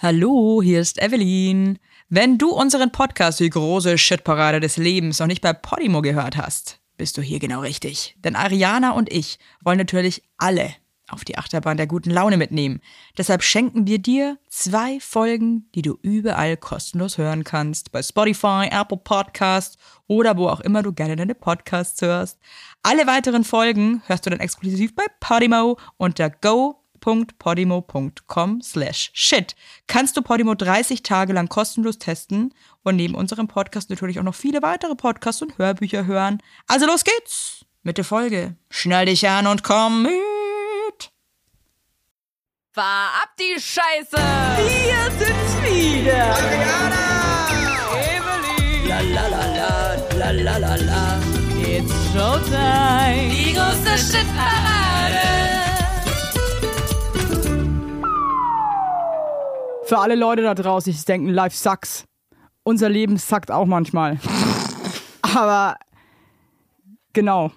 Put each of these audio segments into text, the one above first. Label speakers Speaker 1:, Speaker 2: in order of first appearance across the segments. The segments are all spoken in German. Speaker 1: Hallo, hier ist Evelyn. Wenn du unseren Podcast Die große Shitparade des Lebens noch nicht bei Podimo gehört hast, bist du hier genau richtig. Denn Ariana und ich wollen natürlich alle auf die Achterbahn der guten Laune mitnehmen. Deshalb schenken wir dir zwei Folgen, die du überall kostenlos hören kannst. Bei Spotify, Apple Podcasts oder wo auch immer du gerne deine Podcasts hörst. Alle weiteren Folgen hörst du dann exklusiv bei Podimo unter go www.podimo.com slash shit kannst du Podimo 30 Tage lang kostenlos testen und neben unserem Podcast natürlich auch noch viele weitere Podcasts und Hörbücher hören. Also los geht's mit der Folge. Schnall dich an und komm mit.
Speaker 2: Fahr ab die Scheiße! Wir sind wieder! Ariana! Evelyn! La la la la, la la la la. It's Showtime! Die große Shitparade!
Speaker 3: Für alle Leute da draußen, die sich denken, Life sucks. Unser Leben suckt auch manchmal. Aber genau.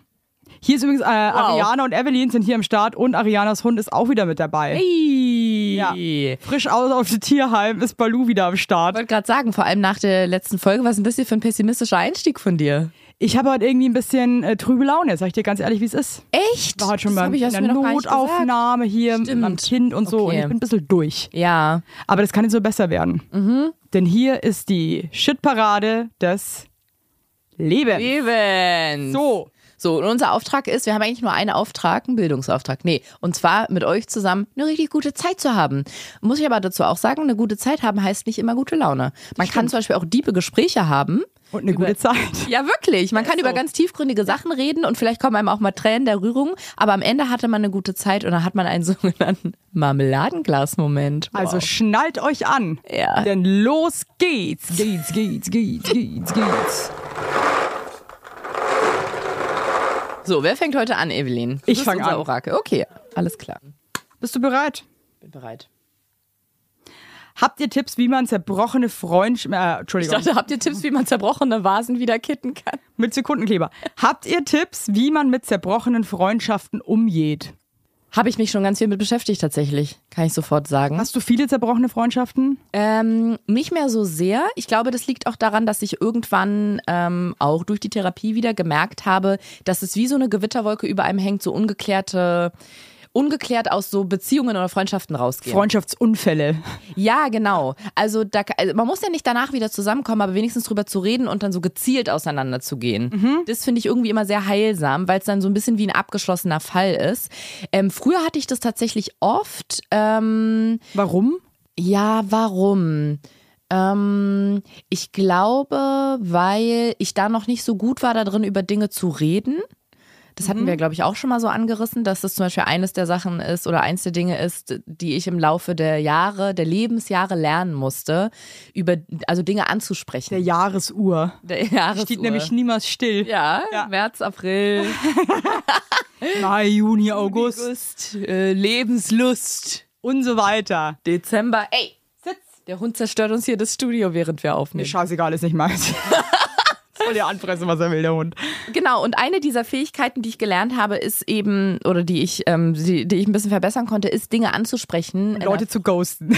Speaker 3: Hier ist übrigens äh, Ariana und Evelyn sind hier am Start und Arianas Hund ist auch wieder mit dabei. Ja.
Speaker 2: Ich
Speaker 3: Frisch aus auf dem Tierheim ist Balu wieder am Start.
Speaker 2: wollte gerade sagen, vor allem nach der letzten Folge war es ein bisschen für ein pessimistischer Einstieg von dir.
Speaker 3: Ich habe heute irgendwie ein bisschen äh, trübe Laune, sag ich dir ganz ehrlich, wie es ist.
Speaker 2: Echt?
Speaker 3: War heute schon
Speaker 2: Das
Speaker 3: mal
Speaker 2: hab ich
Speaker 3: in
Speaker 2: aus
Speaker 3: der
Speaker 2: mir noch gar nicht gesagt.
Speaker 3: Notaufnahme hier mit meinem
Speaker 2: Stimmt.
Speaker 3: Kind und so
Speaker 2: Okay.
Speaker 3: und ich bin ein bisschen durch.
Speaker 2: Ja.
Speaker 3: Aber das kann jetzt so besser werden. Denn hier ist die Shitparade des Lebens.
Speaker 2: Eben.
Speaker 3: So.
Speaker 2: So, und unser Auftrag ist, wir haben eigentlich nur einen Auftrag, einen Bildungsauftrag. Nee, und zwar mit euch zusammen eine richtig gute Zeit zu haben. Muss ich aber dazu auch sagen, eine gute Zeit haben heißt nicht immer gute Laune. Man kann zum Beispiel auch diebe Gespräche haben.
Speaker 3: Und eine gute Zeit.
Speaker 2: Ja, wirklich. Man kann über ganz tiefgründige Sachen reden und vielleicht kommen einem auch mal Tränen der Rührung. Aber am Ende hatte man eine gute Zeit und dann hat man einen sogenannten Marmeladenglas-Moment. Wow.
Speaker 3: Also schnallt euch an.
Speaker 2: Ja.
Speaker 3: Denn los geht's. Geht's, geht's, geht's, geht's, geht's.
Speaker 2: so, wer fängt heute an, Evelyn? Du
Speaker 3: Ich
Speaker 2: bist
Speaker 3: fang
Speaker 2: unser
Speaker 3: an.
Speaker 2: Orakel. Okay, alles klar.
Speaker 3: Bist du bereit?
Speaker 2: Bin bereit.
Speaker 3: Habt ihr Tipps, wie man zerbrochene Freundschaften, äh,
Speaker 2: Ich
Speaker 3: Entschuldigung,
Speaker 2: dachte, habt ihr Tipps, wie man zerbrochene Vasen wieder kitten kann?
Speaker 3: mit Sekundenkleber. Habt ihr Tipps, wie man mit zerbrochenen Freundschaften umgeht?
Speaker 2: Habe ich mich schon ganz viel mit beschäftigt tatsächlich, kann ich sofort sagen.
Speaker 3: Hast du viele zerbrochene Freundschaften?
Speaker 2: Ähm, nicht mehr so sehr. Ich glaube, das liegt auch daran, dass ich irgendwann ähm, auch durch die Therapie wieder gemerkt habe, dass es wie so eine Gewitterwolke über einem hängt, so ungeklärte, ungeklärt aus so Beziehungen oder Freundschaften rausgehen.
Speaker 3: Freundschaftsunfälle.
Speaker 2: Ja, genau. Also, da, also man muss ja nicht danach wieder zusammenkommen, aber wenigstens drüber zu reden und dann so gezielt auseinanderzugehen. Das finde ich irgendwie immer sehr heilsam, weil es dann so ein bisschen wie ein abgeschlossener Fall ist. Ähm, früher hatte ich das tatsächlich oft. Ähm,
Speaker 3: Warum?
Speaker 2: ja, warum? Ähm, ich glaube, weil ich da noch nicht so gut war, darin über Dinge zu reden. Das
Speaker 3: Mhm.
Speaker 2: hatten wir, glaube ich, auch schon mal so angerissen, dass das zum Beispiel eines der Sachen ist oder eins der Dinge ist, die ich im Laufe der Jahre, der Lebensjahre lernen musste, über also Dinge
Speaker 3: Der
Speaker 2: anzusprechen.
Speaker 3: Jahresuhr.
Speaker 2: Der, Jahresuhr.
Speaker 3: Steht nämlich niemals still.
Speaker 2: ja,
Speaker 3: Ja.
Speaker 2: März, April,
Speaker 3: Mai, Juni, August
Speaker 2: August, äh, Lebenslust,
Speaker 3: und so weiter.
Speaker 2: Dezember. Ey, sitz! Der Hund zerstört uns hier das Studio, während wir
Speaker 3: Mir
Speaker 2: aufnehmen.
Speaker 3: scheißegal, ist nicht meins. Soll ja anfressen, was er will, der Hund.
Speaker 2: Genau, und eine dieser Fähigkeiten, die ich gelernt habe, ist eben, oder die ich, ähm, die, die ich ein bisschen verbessern konnte, ist, Dinge anzusprechen.
Speaker 3: Leute zu ghosten.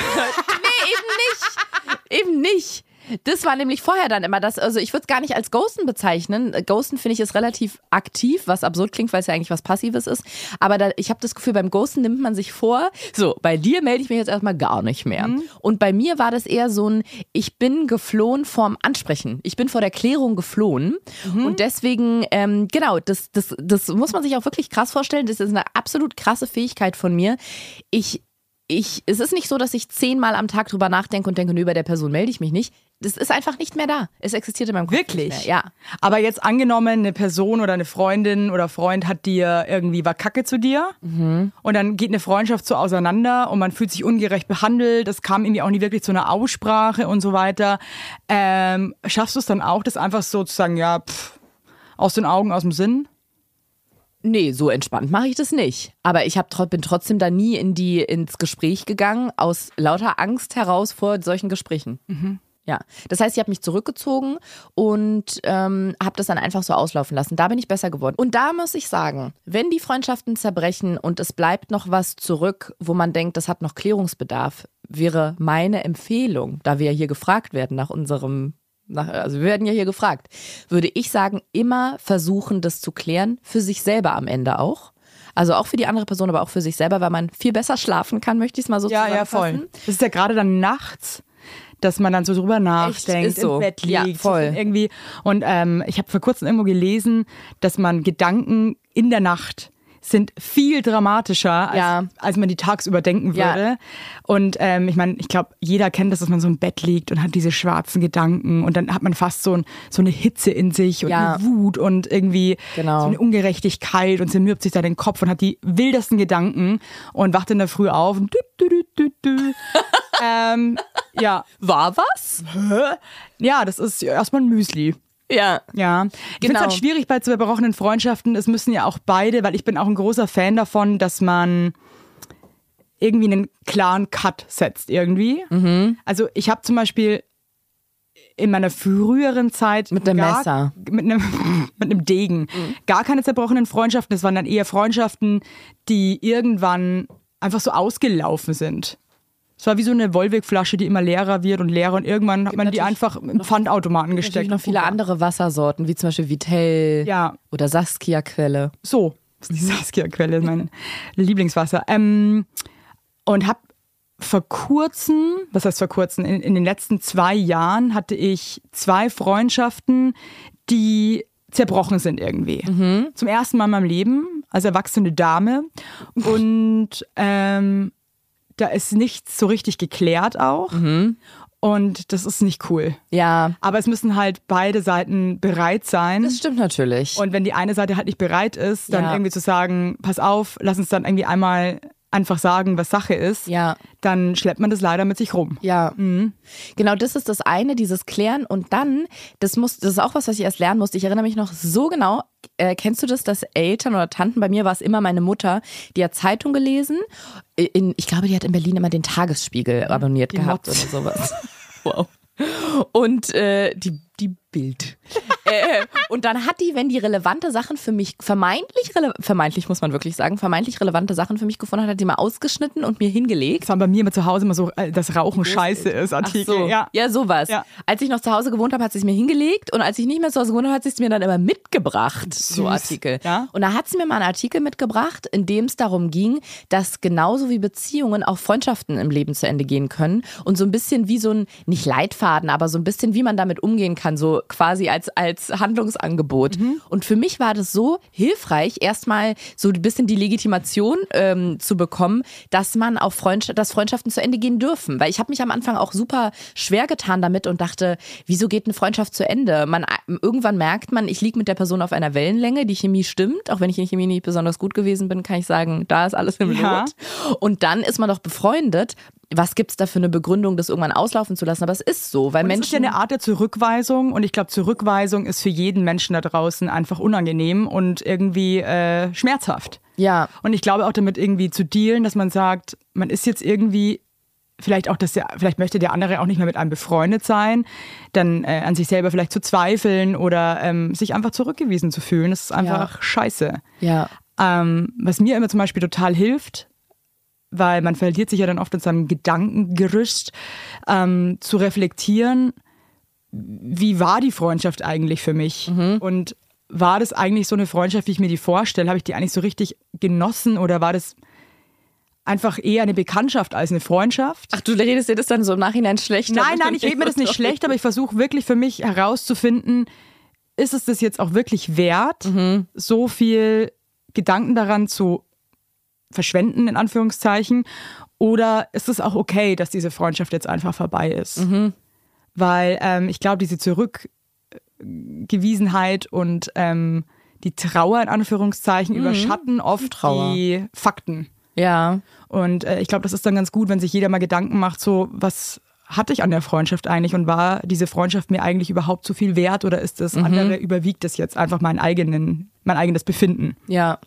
Speaker 2: Nee, eben nicht. eben nicht. Das war nämlich vorher dann immer das, also ich würde es gar nicht als Ghosten bezeichnen. Äh, Ghosten finde ich ist relativ aktiv, was absurd klingt, weil es ja eigentlich was Passives ist. Aber da, ich habe das Gefühl, beim Ghosten nimmt man sich vor, so, bei dir melde ich mich jetzt erstmal gar nicht mehr. Und bei mir war das eher so ein, ich bin geflohen vorm Ansprechen. Ich bin vor der Klärung geflohen. Und deswegen, ähm, genau, das, das, das muss man sich auch wirklich krass vorstellen. Das ist eine absolut krasse Fähigkeit von mir. Ich ich, es ist nicht so, dass ich zehnmal am Tag drüber nachdenke und denke, nö, bei der Person melde ich mich nicht. Das ist einfach nicht mehr da. Es existiert in meinem Kopf.
Speaker 3: Wirklich?
Speaker 2: Nicht mehr. Ja.
Speaker 3: Aber jetzt angenommen, eine Person oder eine Freundin oder Freund hat dir irgendwie war Kacke zu dir und dann geht eine Freundschaft so auseinander und man fühlt sich ungerecht behandelt, es kam irgendwie auch nie wirklich zu einer Aussprache und so weiter. Ähm, schaffst du es dann auch, das einfach so zu sagen, ja, pff, aus den Augen, aus dem Sinn?
Speaker 2: Nee, so entspannt mache ich das nicht. Aber ich hab, tro- bin trotzdem da nie in die, ins Gespräch gegangen, aus lauter Angst heraus vor solchen Gesprächen. Ja. Das heißt, ich habe mich zurückgezogen und ähm, habe das dann einfach so auslaufen lassen. Da bin ich besser geworden. Und da muss ich sagen, wenn die Freundschaften zerbrechen und es bleibt noch was zurück, wo man denkt, das hat noch Klärungsbedarf, wäre meine Empfehlung, da wir ja hier gefragt werden nach unserem, nach, also wir werden ja hier gefragt, würde ich sagen, immer versuchen, das zu klären, für sich selber am Ende auch. Also auch für die andere Person, aber auch für sich selber, weil man viel besser schlafen kann, möchte ich es mal so
Speaker 3: Ja, ja,
Speaker 2: zusammenfassen.
Speaker 3: voll. Das ist ja gerade dann nachts, dass man dann so drüber nachdenkt,
Speaker 2: ist so.
Speaker 3: im Bett
Speaker 2: Ja,
Speaker 3: liegt.
Speaker 2: voll.
Speaker 3: sich Irgendwie. Und ähm, ich habe vor kurzem irgendwo gelesen, dass man Gedanken in der Nacht sind viel dramatischer, als,
Speaker 2: Ja.
Speaker 3: als man die tagsüber denken
Speaker 2: Ja.
Speaker 3: würde. Und ähm, ich meine, ich glaube, jeder kennt das, dass man so im Bett liegt und hat diese schwarzen Gedanken und dann hat man fast so, ein, so eine Hitze in sich und
Speaker 2: Ja.
Speaker 3: eine Wut und irgendwie
Speaker 2: Genau.
Speaker 3: so eine Ungerechtigkeit und zermürbt sich da den Kopf und hat die wildesten Gedanken und wacht in der Früh auf und dü, dü, dü, dü, dü. ähm, ja.
Speaker 2: War was?
Speaker 3: ja, das ist erstmal ein Müsli.
Speaker 2: Ja.
Speaker 3: Ja, ich finde
Speaker 2: Genau.
Speaker 3: es halt schwierig bei zu zerbrochenen Freundschaften. Es müssen ja auch beide, weil ich bin auch ein großer Fan davon, dass man irgendwie einen klaren Cut setzt irgendwie.
Speaker 2: Mhm.
Speaker 3: Also ich habe zum Beispiel in meiner früheren Zeit
Speaker 2: Mit einem
Speaker 3: gar-
Speaker 2: Messer. Mhm.
Speaker 3: mit einem mit einem Degen gar keine zerbrochenen Freundschaften. Das waren dann eher Freundschaften, die irgendwann einfach so ausgelaufen sind. Es war wie so eine Wollwegflasche, die immer leerer wird und leerer und irgendwann hat man die
Speaker 2: natürlich
Speaker 3: einfach im Pfandautomaten
Speaker 2: Natürlich
Speaker 3: gesteckt.
Speaker 2: noch viele andere Wassersorten, wie zum Beispiel Vitell
Speaker 3: Ja.
Speaker 2: oder Saskia-Quelle.
Speaker 3: So, das ist die
Speaker 2: Mhm.
Speaker 3: Saskia-Quelle, mein Lieblingswasser. Ähm, und habe vor kurzem, was heißt vor kurzem, in, in den letzten zwei Jahren hatte ich zwei Freundschaften, die zerbrochen sind irgendwie.
Speaker 2: Mhm.
Speaker 3: Zum ersten Mal in meinem Leben, als erwachsene Dame. Und ähm, da ist nichts so richtig geklärt auch. Und das ist nicht cool.
Speaker 2: Mhm. Ja,
Speaker 3: Aber es müssen halt beide Seiten bereit sein.
Speaker 2: das stimmt natürlich.
Speaker 3: Und wenn die eine Seite halt nicht bereit ist, dann
Speaker 2: Ja.
Speaker 3: irgendwie zu sagen, pass auf, lass uns dann irgendwie einmal einfach sagen, was Sache ist,
Speaker 2: Ja.
Speaker 3: dann schleppt man das leider mit sich rum.
Speaker 2: Ja. Genau, das ist das eine, dieses Klären. Und dann, das muss, das ist auch was, was ich erst lernen musste. Ich erinnere mich noch so genau. Äh, kennst du das, dass Eltern oder Tanten, bei mir war es immer meine Mutter, die hat Zeitung gelesen. In, ich glaube, die hat in Berlin immer den Tagesspiegel abonniert gehabt
Speaker 3: Motz.
Speaker 2: oder sowas. wow. Und äh, die, die Bild. äh, und dann hat die, wenn die relevante Sachen für mich, vermeintlich, rele vermeintlich muss man wirklich sagen, vermeintlich relevante Sachen für mich gefunden hat, hat die mal ausgeschnitten und mir hingelegt.
Speaker 3: Das war bei mir immer zu Hause immer so, äh, dass Rauchen scheiße ist, Artikel.
Speaker 2: Ach so.
Speaker 3: Ja.
Speaker 2: sowas.
Speaker 3: Ja.
Speaker 2: Als ich noch zu Hause gewohnt habe, hat sie es mir hingelegt und als ich nicht mehr zu Hause gewohnt habe, hat sie es mir dann immer mitgebracht, so Artikel.
Speaker 3: Ja.
Speaker 2: Und da hat sie mir mal einen Artikel mitgebracht, in dem es darum ging, dass genauso wie Beziehungen auch Freundschaften im Leben zu Ende gehen können und so ein bisschen wie so ein, nicht Leitfaden, aber so ein bisschen, wie man damit umgehen kann, so quasi als, als Handlungsangebot.
Speaker 3: Mhm.
Speaker 2: Und für mich war das so hilfreich, erstmal so ein bisschen die Legitimation ähm, zu bekommen, dass man auch Freundschaft, dass Freundschaften zu Ende gehen dürfen. Weil ich habe mich am Anfang auch super schwer getan damit und dachte, wieso geht eine Freundschaft zu Ende? Man ähm, irgendwann merkt man, ich liege mit der Person auf einer Wellenlänge, die Chemie stimmt, auch wenn ich in Chemie nicht besonders gut gewesen bin, kann ich sagen, da ist alles im
Speaker 3: Ja.
Speaker 2: Lot. Und dann ist man doch befreundet. Was gibt's da für eine Begründung, das irgendwann auslaufen zu lassen? Aber es ist so, weil
Speaker 3: Das ist ja
Speaker 2: Menschen
Speaker 3: eine Art der Zurückweisung und ich glaube, Zurückweisung ist für jeden Menschen da draußen einfach unangenehm und irgendwie äh, schmerzhaft.
Speaker 2: ja
Speaker 3: Und ich glaube auch damit irgendwie zu dealen, dass man sagt, man ist jetzt irgendwie vielleicht auch, dass der, vielleicht möchte der andere auch nicht mehr mit einem befreundet sein, dann äh, an sich selber vielleicht zu zweifeln oder ähm, sich einfach zurückgewiesen zu fühlen. Das ist einfach scheiße.
Speaker 2: ja
Speaker 3: Ähm, was mir immer zum Beispiel total hilft, weil man verliert sich ja dann oft in seinem Gedankengerüst, ähm, zu reflektieren, wie war die Freundschaft eigentlich für mich? Und war das eigentlich so eine Freundschaft, wie ich mir die vorstelle? Habe ich die eigentlich so richtig genossen oder war das einfach eher eine Bekanntschaft als eine Freundschaft?
Speaker 2: Ach, du redest dir das dann so im Nachhinein schlecht?
Speaker 3: Nein, nein, ich rede mir das nicht schlecht, aber ich versuche wirklich für mich herauszufinden, ist es das jetzt auch wirklich wert,
Speaker 2: Mhm.
Speaker 3: so viel Gedanken daran zu verschwenden, in Anführungszeichen, oder ist es auch okay, dass diese Freundschaft jetzt einfach vorbei ist?
Speaker 2: Mhm.
Speaker 3: Weil ähm, ich glaube, diese Zurückgewiesenheit und ähm, die Trauer, in Anführungszeichen, überschatten oft
Speaker 2: Mhm. Trauer.
Speaker 3: die Fakten.
Speaker 2: Ja,
Speaker 3: Und äh, ich glaube, das ist dann ganz gut, wenn sich jeder mal Gedanken macht, so was hatte ich an der Freundschaft eigentlich und war diese Freundschaft mir eigentlich überhaupt zu viel wert oder ist
Speaker 2: Mhm.
Speaker 3: das andere überwiegt das jetzt einfach mein eigenen mein eigenes Befinden?
Speaker 2: ja.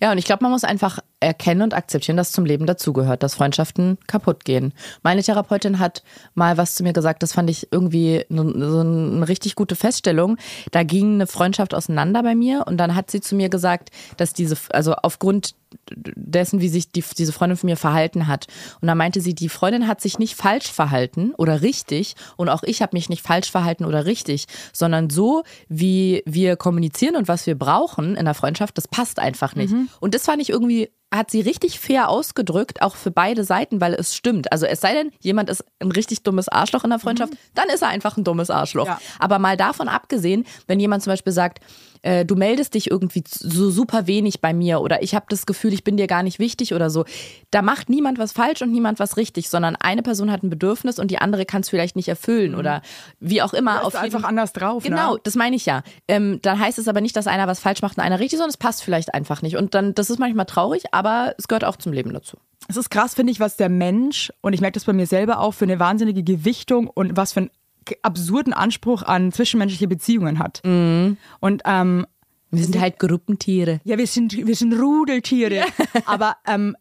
Speaker 2: Ja, und ich glaube, man muss einfach erkennen und akzeptieren, dass zum Leben dazugehört, dass Freundschaften kaputt gehen. Meine Therapeutin hat mal was zu mir gesagt, das fand ich irgendwie ne- so eine richtig gute Feststellung. Da ging eine Freundschaft auseinander bei mir und dann hat sie zu mir gesagt, dass diese, also aufgrund dessen, wie sich die, diese Freundin von mir verhalten hat. Und da meinte sie, die Freundin hat sich nicht falsch verhalten oder richtig und auch ich habe mich nicht falsch verhalten oder richtig, sondern so, wie wir kommunizieren und was wir brauchen in der Freundschaft, das passt einfach nicht. Und das fand ich irgendwie, hat sie richtig fair ausgedrückt, auch für beide Seiten, weil es stimmt. Also es sei denn, jemand ist ein richtig dummes Arschloch in der Freundschaft, dann ist er einfach ein dummes Arschloch.
Speaker 3: Ja.
Speaker 2: Aber mal davon abgesehen, wenn jemand zum Beispiel sagt, äh, du meldest dich irgendwie z- so super wenig bei mir oder ich habe das Gefühl, ich bin dir gar nicht wichtig oder so, da macht niemand was falsch und niemand was richtig, sondern eine Person hat ein Bedürfnis und die andere kann es vielleicht nicht erfüllen oder wie auch immer.
Speaker 3: Auf
Speaker 2: Auf jeden-
Speaker 3: Mhm. einfach anders drauf.
Speaker 2: Genau,
Speaker 3: Ne?
Speaker 2: das meine ich ja. Ähm, dann heißt es aber nicht, dass einer was falsch macht und einer richtig, sondern es passt vielleicht einfach nicht. Und dann, das ist manchmal traurig, aber es gehört auch zum Leben dazu.
Speaker 3: Es ist krass, finde ich, was der Mensch, und ich merke das bei mir selber auch, für eine wahnsinnige Gewichtung und was für einen k- absurden Anspruch an zwischenmenschliche Beziehungen hat.
Speaker 2: Mhm.
Speaker 3: Und ähm,
Speaker 2: Wir sind halt Gruppentiere.
Speaker 3: ja, wir sind, wir sind Rudeltiere. Aber ähm,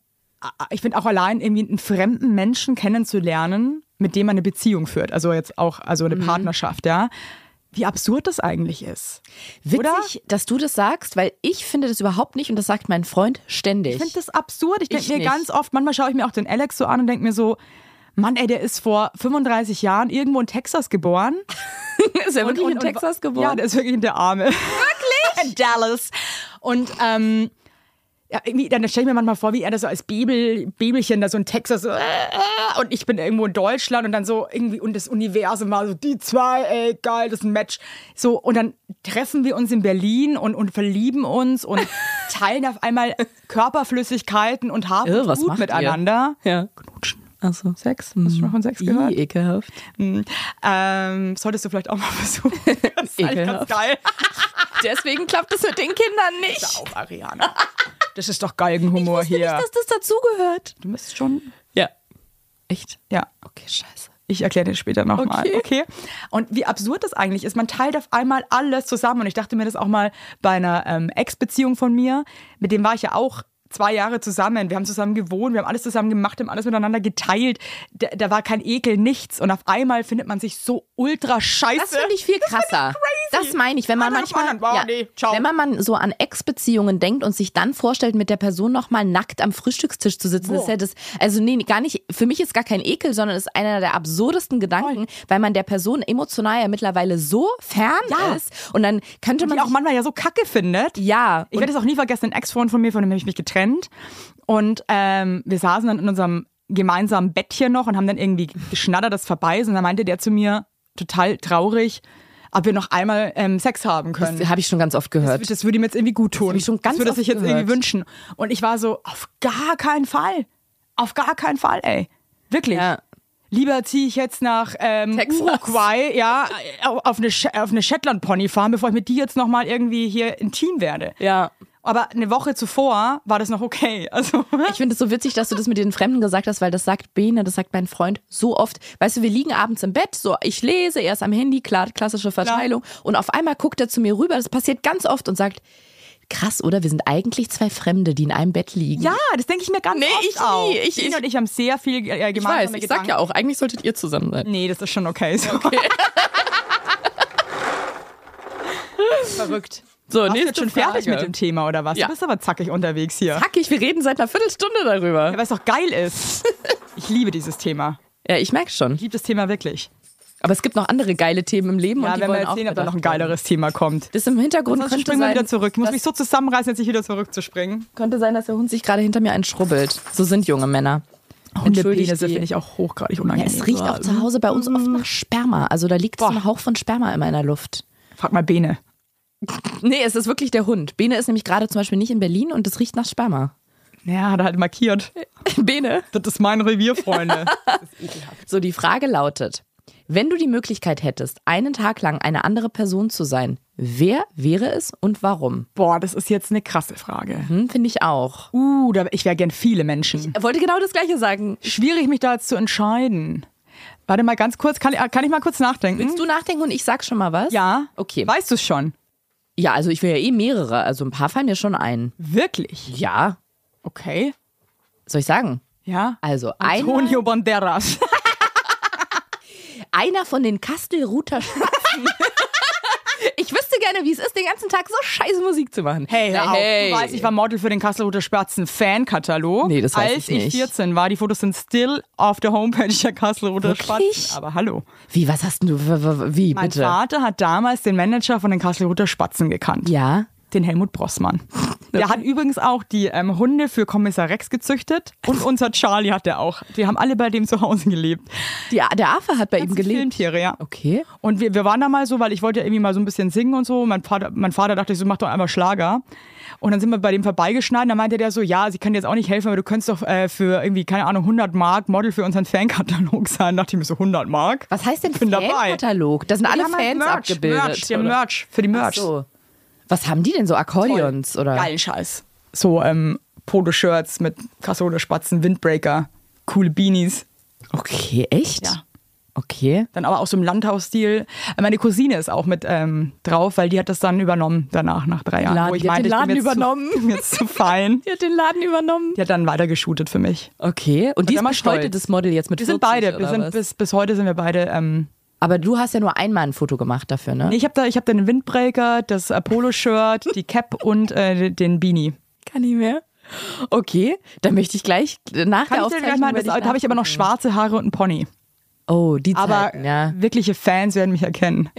Speaker 3: ich finde auch allein irgendwie einen fremden Menschen kennenzulernen, mit dem man eine Beziehung führt. Also jetzt auch, also eine Partnerschaft, ja. Wie absurd das eigentlich ist.
Speaker 2: Witzig,
Speaker 3: Oder?
Speaker 2: dass du das sagst, weil ich finde das überhaupt nicht und das sagt mein Freund ständig.
Speaker 3: Ich finde das absurd. Ich
Speaker 2: Ich
Speaker 3: denke mir
Speaker 2: nicht.
Speaker 3: ganz oft, manchmal schaue ich mir auch den Alex so an und denke mir so, Mann, ey, der ist vor 35 Jahren irgendwo in Texas geboren.
Speaker 2: ist ja
Speaker 3: Und- und- und- Ja, der ist wirklich in der Arme. Wirklich? In Dallas. Und ähm, ja, irgendwie, dann stelle ich mir manchmal vor, wie er das so als Bibel, Bibelchen da so in Texas so, äh, äh, und ich bin irgendwo in Deutschland und dann so irgendwie und das Universum war so, die zwei, ey, geil, das ist ein Match. So, und dann treffen wir uns in Berlin und, und verlieben uns und teilen auf einmal Körperflüssigkeiten und haben
Speaker 2: Irr,
Speaker 3: es
Speaker 2: was
Speaker 3: gut
Speaker 2: macht ihr?
Speaker 3: miteinander.
Speaker 2: ja.
Speaker 3: Knutschen.
Speaker 2: Achso.
Speaker 3: Sex? Hast du schon mal von Sex gehört?
Speaker 2: ekelhaft.
Speaker 3: Hm. Ähm, solltest du vielleicht auch mal versuchen. Das ist eigentlich ganz
Speaker 2: Ekelhaft.
Speaker 3: geil.
Speaker 2: Deswegen klappt es mit den Kindern nicht.
Speaker 3: auf, Ariana. Das ist doch Galgenhumor
Speaker 2: Ich wusste
Speaker 3: hier.
Speaker 2: nicht, dass das dazugehört.
Speaker 3: du bist schon.
Speaker 2: Ja. Echt?
Speaker 3: Ja,
Speaker 2: Okay, scheiße.
Speaker 3: ich erkläre dir später nochmal.
Speaker 2: Okay.
Speaker 3: Okay. okay. Und wie absurd das eigentlich ist. Man teilt auf einmal alles zusammen. Und ich dachte mir das auch mal bei einer ähm, Ex-Beziehung von mir. Mit dem war ich ja auch zwei Jahre zusammen. Wir haben zusammen gewohnt, wir haben alles zusammen gemacht, haben alles miteinander geteilt. Da, da war kein Ekel, nichts. Und auf einmal findet man sich so ultra scheiße.
Speaker 2: Das finde ich viel krasser. Das meine ich, wenn man
Speaker 3: Einer nach dem
Speaker 2: manchmal,
Speaker 3: anderen. Wow,
Speaker 2: ja,
Speaker 3: nee, ciao.
Speaker 2: wenn man mal so an Ex-Beziehungen denkt und sich dann vorstellt, mit der Person nochmal nackt am Frühstückstisch zu sitzen, das ist ja das, also nee, gar nicht, für mich ist gar kein Ekel, sondern ist einer der absurdesten Gedanken, weil man der Person emotional ja mittlerweile so fern
Speaker 3: Ja.
Speaker 2: ist und dann könnte man
Speaker 3: die auch
Speaker 2: sich-
Speaker 3: manchmal ja so kacke findet.
Speaker 2: ja,
Speaker 3: Ich werde es auch nie vergessen, ein Ex-Freund von mir, von dem habe ich mich getrennt. Und ähm, wir saßen dann in unserem gemeinsamen Bettchen noch und haben dann irgendwie geschnattert, das vorbei ist. Und dann meinte der zu mir, total traurig, ob wir noch einmal ähm, Sex haben können.
Speaker 2: das habe ich schon ganz oft gehört.
Speaker 3: Das, das würde ihm jetzt irgendwie gut tun.
Speaker 2: hab ich schon ganz
Speaker 3: das würde er
Speaker 2: oft
Speaker 3: sich jetzt
Speaker 2: gehört.
Speaker 3: irgendwie wünschen. Und ich war so, auf gar keinen Fall. Auf gar keinen Fall, ey. Wirklich.
Speaker 2: Ja.
Speaker 3: Lieber ziehe ich jetzt nach ähm,
Speaker 2: Texas.
Speaker 3: Uruguay, ja, au- auf eine, Sch- auf eine Shetland-Pony-Farm, bevor ich mit dir jetzt nochmal irgendwie hier intim werde.
Speaker 2: Ja.
Speaker 3: Aber eine Woche zuvor war das noch okay. Also,
Speaker 2: Ich finde es so witzig, dass du das mit den Fremden gesagt hast, weil das sagt Bene, das sagt mein Freund so oft. Weißt du, wir liegen abends im Bett, so ich lese, er ist am Handy, klar, klassische Verteilung. Und auf einmal guckt er zu mir rüber, das passiert ganz oft und sagt, krass, oder? Wir sind eigentlich zwei Fremde, die in einem Bett liegen.
Speaker 3: ja, das denke ich mir ganz
Speaker 2: Nee,
Speaker 3: oft
Speaker 2: ich nie.
Speaker 3: auch.
Speaker 2: Ich-
Speaker 3: Ihn
Speaker 2: ich-
Speaker 3: und ich haben sehr viel äh, gemeinsame
Speaker 2: ich weiß, ich
Speaker 3: Gedanken.
Speaker 2: sag ja auch, eigentlich solltet ihr zusammen sein.
Speaker 3: Nee, das ist schon okay. So. Verrückt.
Speaker 2: So,
Speaker 3: Warst du
Speaker 2: nächste
Speaker 3: jetzt schon
Speaker 2: Frage.
Speaker 3: fertig mit dem Thema oder was?
Speaker 2: Ja.
Speaker 3: Du bist aber zackig unterwegs hier.
Speaker 2: Hackig, wir reden seit einer Viertelstunde darüber.
Speaker 3: Ja, Weil es doch geil ist. Ich liebe dieses Thema.
Speaker 2: Ja, ich merke schon.
Speaker 3: Ich liebe das Thema wirklich.
Speaker 2: Aber es gibt noch andere geile Themen im Leben und
Speaker 3: Ja,
Speaker 2: die
Speaker 3: wenn wir
Speaker 2: wollen
Speaker 3: jetzt
Speaker 2: auch
Speaker 3: sehen, ob da noch ein
Speaker 2: bedacht werden.
Speaker 3: geileres Thema kommt.
Speaker 2: Das im Hintergrund
Speaker 3: Sonst
Speaker 2: könnte
Speaker 3: springen wir
Speaker 2: sein,
Speaker 3: wieder zurück. Ich muss
Speaker 2: dass-
Speaker 3: mich so zusammenreißen, jetzt nicht wieder zurückzuspringen.
Speaker 2: Könnte sein, dass der Hund sich gerade hinter mir einen schrubbelt. So sind junge Männer. Entschuldigt
Speaker 3: Hundepenisse
Speaker 2: die-
Speaker 3: finde ich auch hochgradig
Speaker 2: Ja,
Speaker 3: unangenehm.
Speaker 2: es riecht auch zu Hause bei uns oft nach Sperma. Also da liegt so
Speaker 3: Mm. Boah.
Speaker 2: ein Hauch von Sperma immer in der Luft.
Speaker 3: Frag mal Bene.
Speaker 2: Nee, es ist wirklich der Hund. Bene ist nämlich gerade zum Beispiel nicht in Berlin und es riecht nach Sperma.
Speaker 3: Ja, hat er halt markiert.
Speaker 2: Bene?
Speaker 3: Das ist mein Revier, Freunde.
Speaker 2: So, die Frage lautet, wenn du die Möglichkeit hättest, einen Tag lang eine andere Person zu sein, wer wäre es und warum?
Speaker 3: Boah, das ist jetzt eine krasse Frage.
Speaker 2: Hm, finde ich auch.
Speaker 3: Uh, da, ich wäre gern viele Menschen.
Speaker 2: Er wollte genau das Gleiche sagen.
Speaker 3: Schwierig, mich da jetzt zu entscheiden. Warte mal ganz kurz, kann, äh, kann ich mal kurz nachdenken?
Speaker 2: Willst du nachdenken und ich sag schon mal was?
Speaker 3: Ja.
Speaker 2: Okay.
Speaker 3: Weißt du es schon?
Speaker 2: Ja, also ich will ja eh mehrere. Also ein paar fallen mir schon ein.
Speaker 3: Wirklich?
Speaker 2: Ja.
Speaker 3: Okay.
Speaker 2: Soll ich sagen?
Speaker 3: Ja.
Speaker 2: Also einer,
Speaker 3: Antonio Banderas.
Speaker 2: einer von den Kastelruther Schwätzen. ich wüsste gerne, wie es ist, den ganzen Tag so scheiße Musik zu machen.
Speaker 3: Hey, hör
Speaker 2: hey.
Speaker 3: auf. Du weißt, ich war Model für den Kasselroter Spatzen Fankatalog.
Speaker 2: Nee, das weiß
Speaker 3: Als
Speaker 2: ich nicht.
Speaker 3: ich 14 war, die Fotos sind still auf der Homepage der Kasselroter
Speaker 2: Wirklich?
Speaker 3: Spatzen. Aber hallo.
Speaker 2: Wie, was hast denn du? w- w- Wie,
Speaker 3: Mein
Speaker 2: bitte?
Speaker 3: Vater hat damals den Manager von den Kasselroter Spatzen gekannt.
Speaker 2: Ja.
Speaker 3: Den Helmut Brossmann. Der hat übrigens auch die ähm, Hunde für Kommissar Rex gezüchtet. Und unser Charlie hat er auch. Die haben alle bei dem zu Hause gelebt.
Speaker 2: Die, der Affe hat bei ihm
Speaker 3: Ganzen
Speaker 2: gelebt.
Speaker 3: Filmtiere, ja.
Speaker 2: Okay.
Speaker 3: Und wir, wir waren da mal so, weil ich wollte ja irgendwie mal so ein bisschen singen und so. Mein Vater, mein Vater dachte, ich so, mach doch einmal Schlager. Und dann sind wir bei dem vorbeigeschneit. Da meinte der so, ja, sie kann dir jetzt auch nicht helfen, aber du könntest doch äh, für irgendwie, keine Ahnung, 100 Mark Model für unseren Fankatalog sein. Dachte ich mir so, 100 Mark?
Speaker 2: Was heißt denn
Speaker 3: Bin dabei.
Speaker 2: Fankatalog? Da sind alle
Speaker 3: Ja, mein
Speaker 2: Fans
Speaker 3: halt Merch,
Speaker 2: abgebildet.
Speaker 3: Merch, ja,
Speaker 2: oder?
Speaker 3: Merch, für die
Speaker 2: Ach
Speaker 3: Merch.
Speaker 2: so. Was haben die denn so? Akkordeons oder?
Speaker 3: Geilen Scheiß. So, ähm, Polo-Shirts mit Kassole, Spatzen, Windbreaker, coole Beanies.
Speaker 2: Okay, echt?
Speaker 3: Ja.
Speaker 2: Okay.
Speaker 3: Dann aber auch so im Landhausstil. Äh, Meine Cousine ist auch mit ähm, drauf, weil die hat das dann übernommen danach, nach drei Jahren.
Speaker 2: Laden,
Speaker 3: wo ich
Speaker 2: die hat
Speaker 3: meinte,
Speaker 2: den
Speaker 3: ich bin
Speaker 2: Laden
Speaker 3: jetzt
Speaker 2: übernommen.
Speaker 3: Zu, bin jetzt zu fein.
Speaker 2: Die hat den Laden übernommen.
Speaker 3: Die hat dann weiter geshootet für mich.
Speaker 2: Okay. Und die
Speaker 3: Sei
Speaker 2: ist
Speaker 3: mal
Speaker 2: bis heute
Speaker 3: stolz.
Speaker 2: das Model jetzt mit
Speaker 3: Wir sind
Speaker 2: 40
Speaker 3: beide,
Speaker 2: oder
Speaker 3: wir sind
Speaker 2: was?
Speaker 3: bis, bis heute sind wir beide. Ähm,
Speaker 2: Aber du hast ja nur einmal ein Foto gemacht dafür, ne?
Speaker 3: nee, ich habe da, ich hab da den Windbreaker, das äh, Poloshirt, die Cap und äh, den Beanie.
Speaker 2: kann nicht mehr. Okay, dann möchte ich gleich
Speaker 3: Kann ich dir
Speaker 2: nach der
Speaker 3: gleich
Speaker 2: Aufzeichnung
Speaker 3: mal, das, da habe ich aber noch schwarze Haare und einen Pony.
Speaker 2: Oh, die Zeiten,
Speaker 3: Aber
Speaker 2: ja.
Speaker 3: wirkliche Fans werden mich erkennen.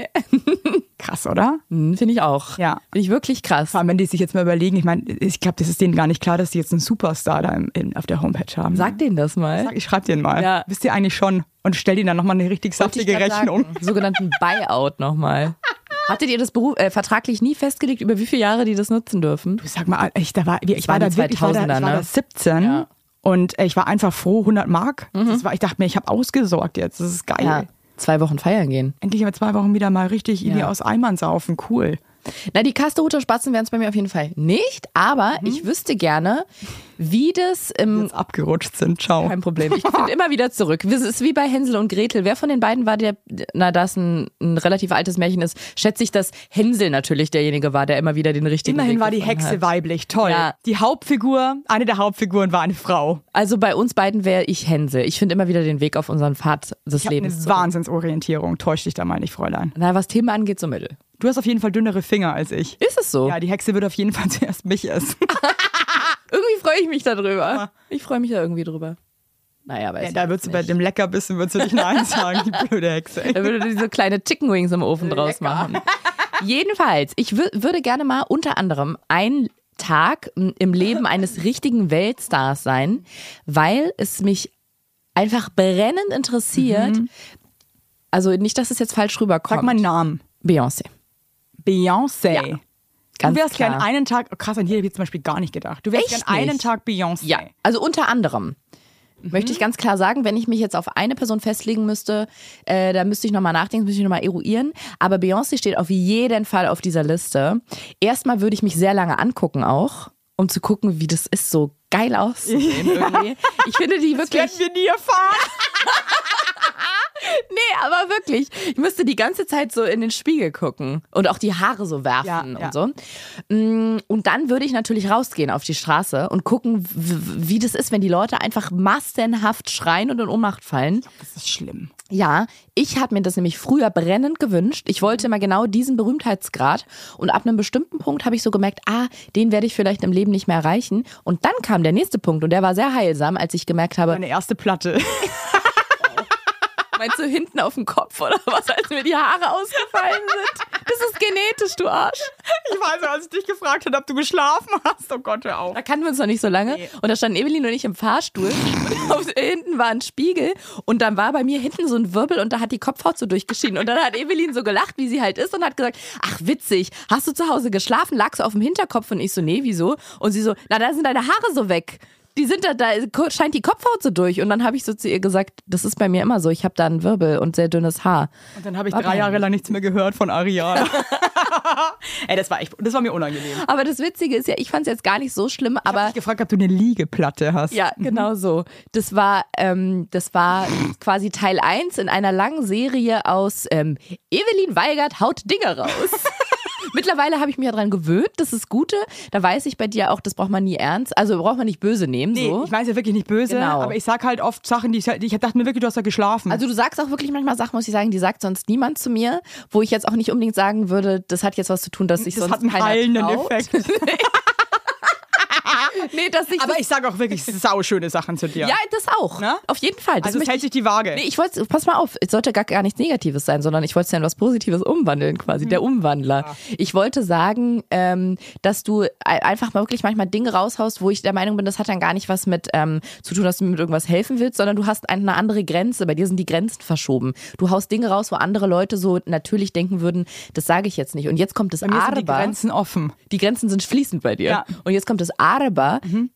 Speaker 3: Krass, oder?
Speaker 2: Hm, Finde ich auch.
Speaker 3: Ja.
Speaker 2: Finde ich wirklich krass.
Speaker 3: Vor allem, wenn die sich jetzt mal überlegen, ich meine, ich glaube, das ist denen gar nicht klar, dass die jetzt einen Superstar da im, in, auf der Homepage haben.
Speaker 2: Sag denen das mal.
Speaker 3: Sag, ich schreib den mal.
Speaker 2: Ja.
Speaker 3: Wisst ihr eigentlich schon? Und stell denen dann nochmal eine richtig
Speaker 2: Wollte ich
Speaker 3: saftige
Speaker 2: grad
Speaker 3: Rechnung.
Speaker 2: Sagen. Sogenannten Buyout nochmal. Hattet ihr das Beruf, äh, vertraglich nie festgelegt, über wie viele Jahre die das nutzen dürfen?
Speaker 3: Du sag mal, ich, da war, ich, war,
Speaker 2: waren
Speaker 3: da
Speaker 2: die
Speaker 3: wirklich, ich war da
Speaker 2: 2000er,
Speaker 3: ich war da
Speaker 2: ne?
Speaker 3: 17
Speaker 2: Ja. Mhm.
Speaker 3: und äh, ich war einfach froh, 100 Mark. Das war, ich dachte mir, ich habe ausgesorgt jetzt, das ist geil.
Speaker 2: Ja. Zwei Wochen feiern gehen.
Speaker 3: Endlich mal zwei Wochen wieder mal richtig irgendwie
Speaker 2: Ja.
Speaker 3: aus Eimern saufen, cool.
Speaker 2: Na, die Kasteroter Spatzen wären es bei mir auf jeden Fall nicht, aber
Speaker 3: Mhm.
Speaker 2: ich wüsste gerne, wie das im.
Speaker 3: Jetzt abgerutscht sind, ciao.
Speaker 2: Kein Problem. Ich finde immer wieder zurück. Es ist wie bei Hänsel und Gretel. Wer von den beiden war der, na, da es ein, ein relativ altes Märchen ist, schätze ich, dass Hänsel natürlich derjenige war, der immer wieder den richtigen
Speaker 3: Immerhin
Speaker 2: Weg
Speaker 3: war die
Speaker 2: gefunden
Speaker 3: Hexe
Speaker 2: Hat.
Speaker 3: weiblich, toll.
Speaker 2: Ja.
Speaker 3: Die Hauptfigur, eine der Hauptfiguren war eine Frau.
Speaker 2: Also bei uns beiden wäre ich Hänsel. Ich finde immer wieder den Weg auf unseren Pfad des
Speaker 3: Ich habe eine
Speaker 2: Lebens. zurück.
Speaker 3: Wahnsinnsorientierung, täusch dich da mal nicht, Fräulein.
Speaker 2: Na, was Themen angeht, so mittel.
Speaker 3: Du hast auf jeden Fall dünnere Finger als ich.
Speaker 2: Ist es so?
Speaker 3: Ja, die Hexe wird auf jeden Fall zuerst mich essen.
Speaker 2: Irgendwie freue ich mich darüber. Ich freue mich da irgendwie drüber. Naja, weiß
Speaker 3: Ja,
Speaker 2: ich
Speaker 3: da würdest du bei dem Leckerbissen würdest du nicht Nein sagen, die blöde Hexe.
Speaker 2: Da würde die so kleine Chicken Wings im Ofen draus machen. Jedenfalls, ich wü- würde gerne mal unter anderem ein Tag m, im Leben eines richtigen Weltstars sein, weil es mich einfach brennend interessiert. Also nicht, dass es jetzt falsch rüberkommt.
Speaker 3: Mhm. Sag mal einen Namen.
Speaker 2: Beyoncé.
Speaker 3: Beyoncé.
Speaker 2: Ja, ganz
Speaker 3: du wärst
Speaker 2: klar.
Speaker 3: gern einen Tag, oh krass, an dir habe ich zum Beispiel gar nicht gedacht. Du wärst
Speaker 2: Echt
Speaker 3: gern einen
Speaker 2: nicht?
Speaker 3: Tag Beyoncé.
Speaker 2: Ja, also unter anderem. Möchte ich ganz klar sagen, wenn ich mich jetzt auf eine Person festlegen müsste, äh, da müsste ich nochmal nachdenken, müsste ich nochmal eruieren. Aber Beyoncé steht auf jeden Fall auf dieser Liste. Erstmal würde ich mich sehr lange angucken auch, um zu gucken, wie das ist, so geil auszusehen irgendwie. Ich finde die wirklich...
Speaker 3: Werden wir nie erfahren.
Speaker 2: Nee, aber wirklich. Ich müsste die ganze Zeit so in den Spiegel gucken und auch die Haare so werfen
Speaker 3: Ja,
Speaker 2: und
Speaker 3: ja.
Speaker 2: so. Mm, Und dann würde ich natürlich rausgehen auf die Straße und gucken, w- w- wie das ist, wenn die Leute einfach massenhaft schreien und in Ohnmacht fallen.
Speaker 3: Das ist schlimm.
Speaker 2: Ja, ich habe mir das nämlich früher brennend gewünscht. Ich wollte
Speaker 3: Mhm.
Speaker 2: immer genau diesen Berühmtheitsgrad. Und ab einem bestimmten Punkt habe ich so gemerkt, ah, den werde ich vielleicht im Leben nicht mehr erreichen. Und dann kam der nächste Punkt und der war sehr heilsam, als ich gemerkt habe,
Speaker 3: Meine erste Platte.
Speaker 2: Meinst du hinten auf dem Kopf oder was, als mir die Haare ausgefallen sind? Das ist genetisch, du Arsch.
Speaker 3: Ich weiß noch, als ich dich gefragt habe, ob du geschlafen hast. Oh Gott, hör auf.
Speaker 2: Da kannten wir uns noch nicht so lange. Und da standen Evelyn und ich im Fahrstuhl. Und auf, hinten war ein Spiegel. Und dann war bei mir hinten so ein Wirbel und da hat die Kopfhaut so durchgeschieden. Und dann hat Evelyn so gelacht, wie sie halt ist, und hat gesagt: Ach, witzig, hast du zu Hause geschlafen? Lagst du auf dem Hinterkopf? Und ich so: Nee, wieso? Und sie so: Na, da sind deine Haare so weg. Die sind da, da scheint die Kopfhaut so durch. Und dann habe ich so zu ihr gesagt: Das ist bei mir immer so. Ich habe da einen Wirbel und sehr dünnes Haar.
Speaker 3: Und dann habe ich
Speaker 2: War
Speaker 3: drei Jahre
Speaker 2: peinlich.
Speaker 3: lang nichts mehr gehört von Ariana. Ey, das war echt, das war mir unangenehm.
Speaker 2: Aber das Witzige ist ja, ich fand es jetzt gar nicht so schlimm,
Speaker 3: Ich
Speaker 2: aber
Speaker 3: habe gefragt, ob du eine Liegeplatte hast.
Speaker 2: ja, genau so. Das war, ähm, das war quasi Teil 1 in einer langen Serie aus ähm, Evelyn Weigert haut Dinge raus. Mittlerweile habe ich mich ja dran gewöhnt, das ist Gute. Da weiß ich bei dir auch, das braucht man nie ernst. Also braucht man nicht böse nehmen.
Speaker 3: Nee,
Speaker 2: so.
Speaker 3: ich weiß ja wirklich nicht böse,
Speaker 2: Genau.
Speaker 3: aber ich sag halt oft Sachen, die ich, ich dachte mir wirklich, du hast da geschlafen.
Speaker 2: Also du sagst auch wirklich manchmal Sachen, muss ich sagen, die sagt sonst niemand zu mir, wo ich jetzt auch nicht unbedingt sagen würde, das hat jetzt was zu tun, dass ich
Speaker 3: das
Speaker 2: sonst
Speaker 3: hat einen
Speaker 2: keiner
Speaker 3: heilenden
Speaker 2: traut.
Speaker 3: Effekt.
Speaker 2: Nee, dass ich
Speaker 3: Aber ich sage auch wirklich sauschöne Sachen zu dir.
Speaker 2: ja, das auch.
Speaker 3: Na?
Speaker 2: Auf jeden Fall. Das
Speaker 3: also es
Speaker 2: möchte
Speaker 3: hält sich die Waage.
Speaker 2: Nee, ich wollte, pass mal auf, es sollte gar, gar nichts Negatives sein, sondern ich wollte es ja in was Positives umwandeln quasi,
Speaker 3: Hm.
Speaker 2: der Umwandler. Ich wollte sagen, ähm, dass du ei- einfach mal wirklich manchmal Dinge raushaust, wo ich der Meinung bin, das hat dann gar nicht was mit ähm, zu tun, dass du mir mit irgendwas helfen willst, sondern du hast eine andere Grenze, bei dir sind die Grenzen verschoben. Du haust Dinge raus, wo andere Leute so natürlich denken würden, das sage ich jetzt nicht. Und jetzt kommt das
Speaker 3: Bei mir sind die
Speaker 2: Aber
Speaker 3: Grenzen offen.
Speaker 2: die Grenzen sind fließend bei dir.
Speaker 3: Ja. Mhm.
Speaker 2: Und jetzt kommt das Aber.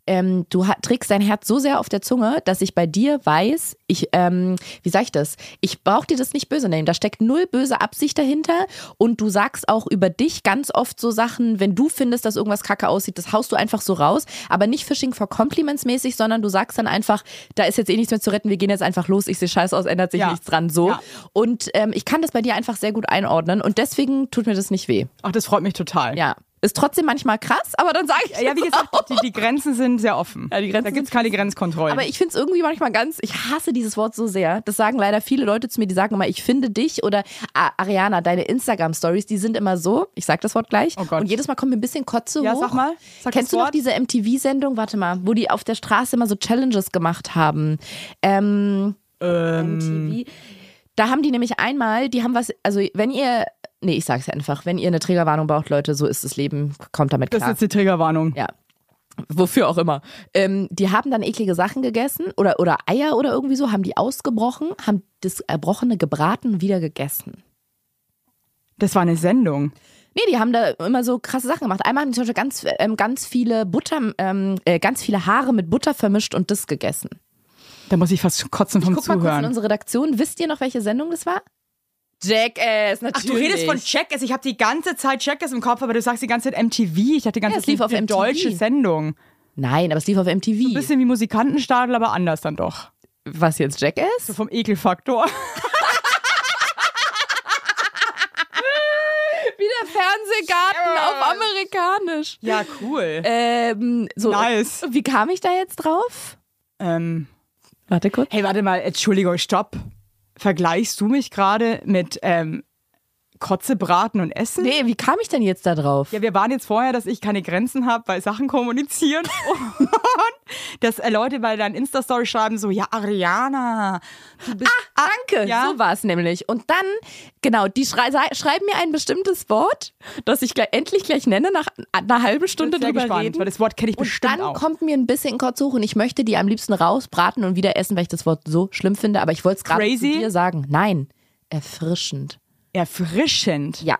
Speaker 2: Ähm, du ha- trägst dein Herz so sehr auf der Zunge, dass ich bei dir weiß, ich, ähm, wie sag ich das? Ich brauche dir das nicht böse nehmen. Da steckt null böse Absicht dahinter. Und du sagst auch über dich ganz oft so Sachen, wenn du findest, dass irgendwas kacke aussieht, das haust du einfach so raus. Aber nicht Fishing for Compliments mäßig, sondern du sagst dann einfach, da ist jetzt eh nichts mehr zu retten, wir gehen jetzt einfach los, ich sehe scheiße aus, ändert sich
Speaker 3: Ja.
Speaker 2: nichts dran. So.
Speaker 3: Ja.
Speaker 2: Und ähm, ich kann das bei dir einfach sehr gut einordnen. Und deswegen tut mir das nicht weh.
Speaker 3: Ach, das freut mich total.
Speaker 2: Ja. Ist trotzdem manchmal krass, aber dann sage ich.
Speaker 3: Ja, wie
Speaker 2: das
Speaker 3: gesagt,
Speaker 2: auch.
Speaker 3: die, die Grenzen sind sehr offen.
Speaker 2: Ja, die Grenzen
Speaker 3: da gibt es keine Grenzkontrollen.
Speaker 2: Aber ich finde es irgendwie manchmal ganz, ich hasse dieses Wort so sehr. Das sagen leider viele Leute zu mir, die sagen immer, ich finde dich oder "Ah, Ariana, deine Instagram-Stories, die sind immer so, ich sag das Wort gleich.
Speaker 3: Oh Gott.
Speaker 2: Und jedes Mal kommt mir ein bisschen Kotze
Speaker 3: Ja,
Speaker 2: hoch.
Speaker 3: sag mal, sag
Speaker 2: Kennst
Speaker 3: das
Speaker 2: du noch
Speaker 3: Wort.
Speaker 2: diese MTV-Sendung, warte mal, wo die auf der Straße immer so Challenges gemacht haben? Ähm, MTV. Da haben die nämlich einmal, die haben was, also wenn ihr, nee, ich sag's einfach, wenn ihr eine Trägerwarnung braucht, Leute, so ist das Leben, kommt damit klar.
Speaker 3: das ist jetzt die Triggerwarnung.
Speaker 2: Ja. Wofür auch immer. Ähm, die haben dann eklige Sachen gegessen oder, oder Eier oder irgendwie so, haben die ausgebrochen, haben das Erbrochene gebraten, wieder gegessen.
Speaker 3: Das war eine Sendung.
Speaker 2: Nee, die haben da immer so krasse Sachen gemacht. Einmal haben die zum Beispiel ganz, ähm, ganz viele Butter, ähm, äh, ganz viele Haare mit Butter vermischt und das gegessen.
Speaker 3: Da muss ich fast kotzen vom
Speaker 2: Guck mal kurz in
Speaker 3: Zuhören.
Speaker 2: unsere Redaktion. Wisst ihr noch, welche Sendung das war? Jackass, natürlich.
Speaker 3: Checkers. Ich habe die ganze Zeit Checkers im Kopf, aber du sagst die ganze Zeit MTV. Ich hatte die ganze
Speaker 2: Ja, es lief
Speaker 3: die-
Speaker 2: auf
Speaker 3: die
Speaker 2: MTV.
Speaker 3: deutsche Sendung.
Speaker 2: Nein, aber es lief auf MTV.
Speaker 3: Bisschen wie Musikantenstadel, aber anders dann doch.
Speaker 2: Was jetzt Jackass?
Speaker 3: So vom Ekelfaktor.
Speaker 2: Wieder Fernsehgarten auf amerikanisch.
Speaker 3: Ja, cool.
Speaker 2: Ähm, so,
Speaker 3: Nice.
Speaker 2: Wie kam ich da jetzt drauf?
Speaker 3: Ähm,
Speaker 2: Warte kurz.
Speaker 3: hey, warte mal. Entschuldigung, stopp. Vergleichst du mich gerade mit ähm, Kotze, Braten und Essen?
Speaker 2: Nee, wie kam ich denn jetzt da drauf?
Speaker 3: Ja, wir waren jetzt vorher, dass ich keine Grenzen habe bei Sachen kommunizieren und dass äh, Leute bei deinen Insta-Story schreiben so, ja, Ariana, du bist... Ah,
Speaker 2: Danke,
Speaker 3: Ja.
Speaker 2: so war es nämlich. Und dann, genau, die schrei sei- schreiben mir ein bestimmtes Wort, das ich gleich, endlich gleich nenne, nach einer halben Stunde
Speaker 3: sehr
Speaker 2: drüber
Speaker 3: gespannt,
Speaker 2: reden.
Speaker 3: weil das Wort kenne ich
Speaker 2: und
Speaker 3: bestimmt
Speaker 2: dann
Speaker 3: auch.
Speaker 2: kommt mir ein bisschen kurz hoch und ich möchte die am liebsten rausbraten und wieder essen, weil ich das Wort so schlimm finde. Aber ich wollte es gerade zu
Speaker 3: Crazy?
Speaker 2: dir sagen. Nein, erfrischend.
Speaker 3: Erfrischend.
Speaker 2: Ja.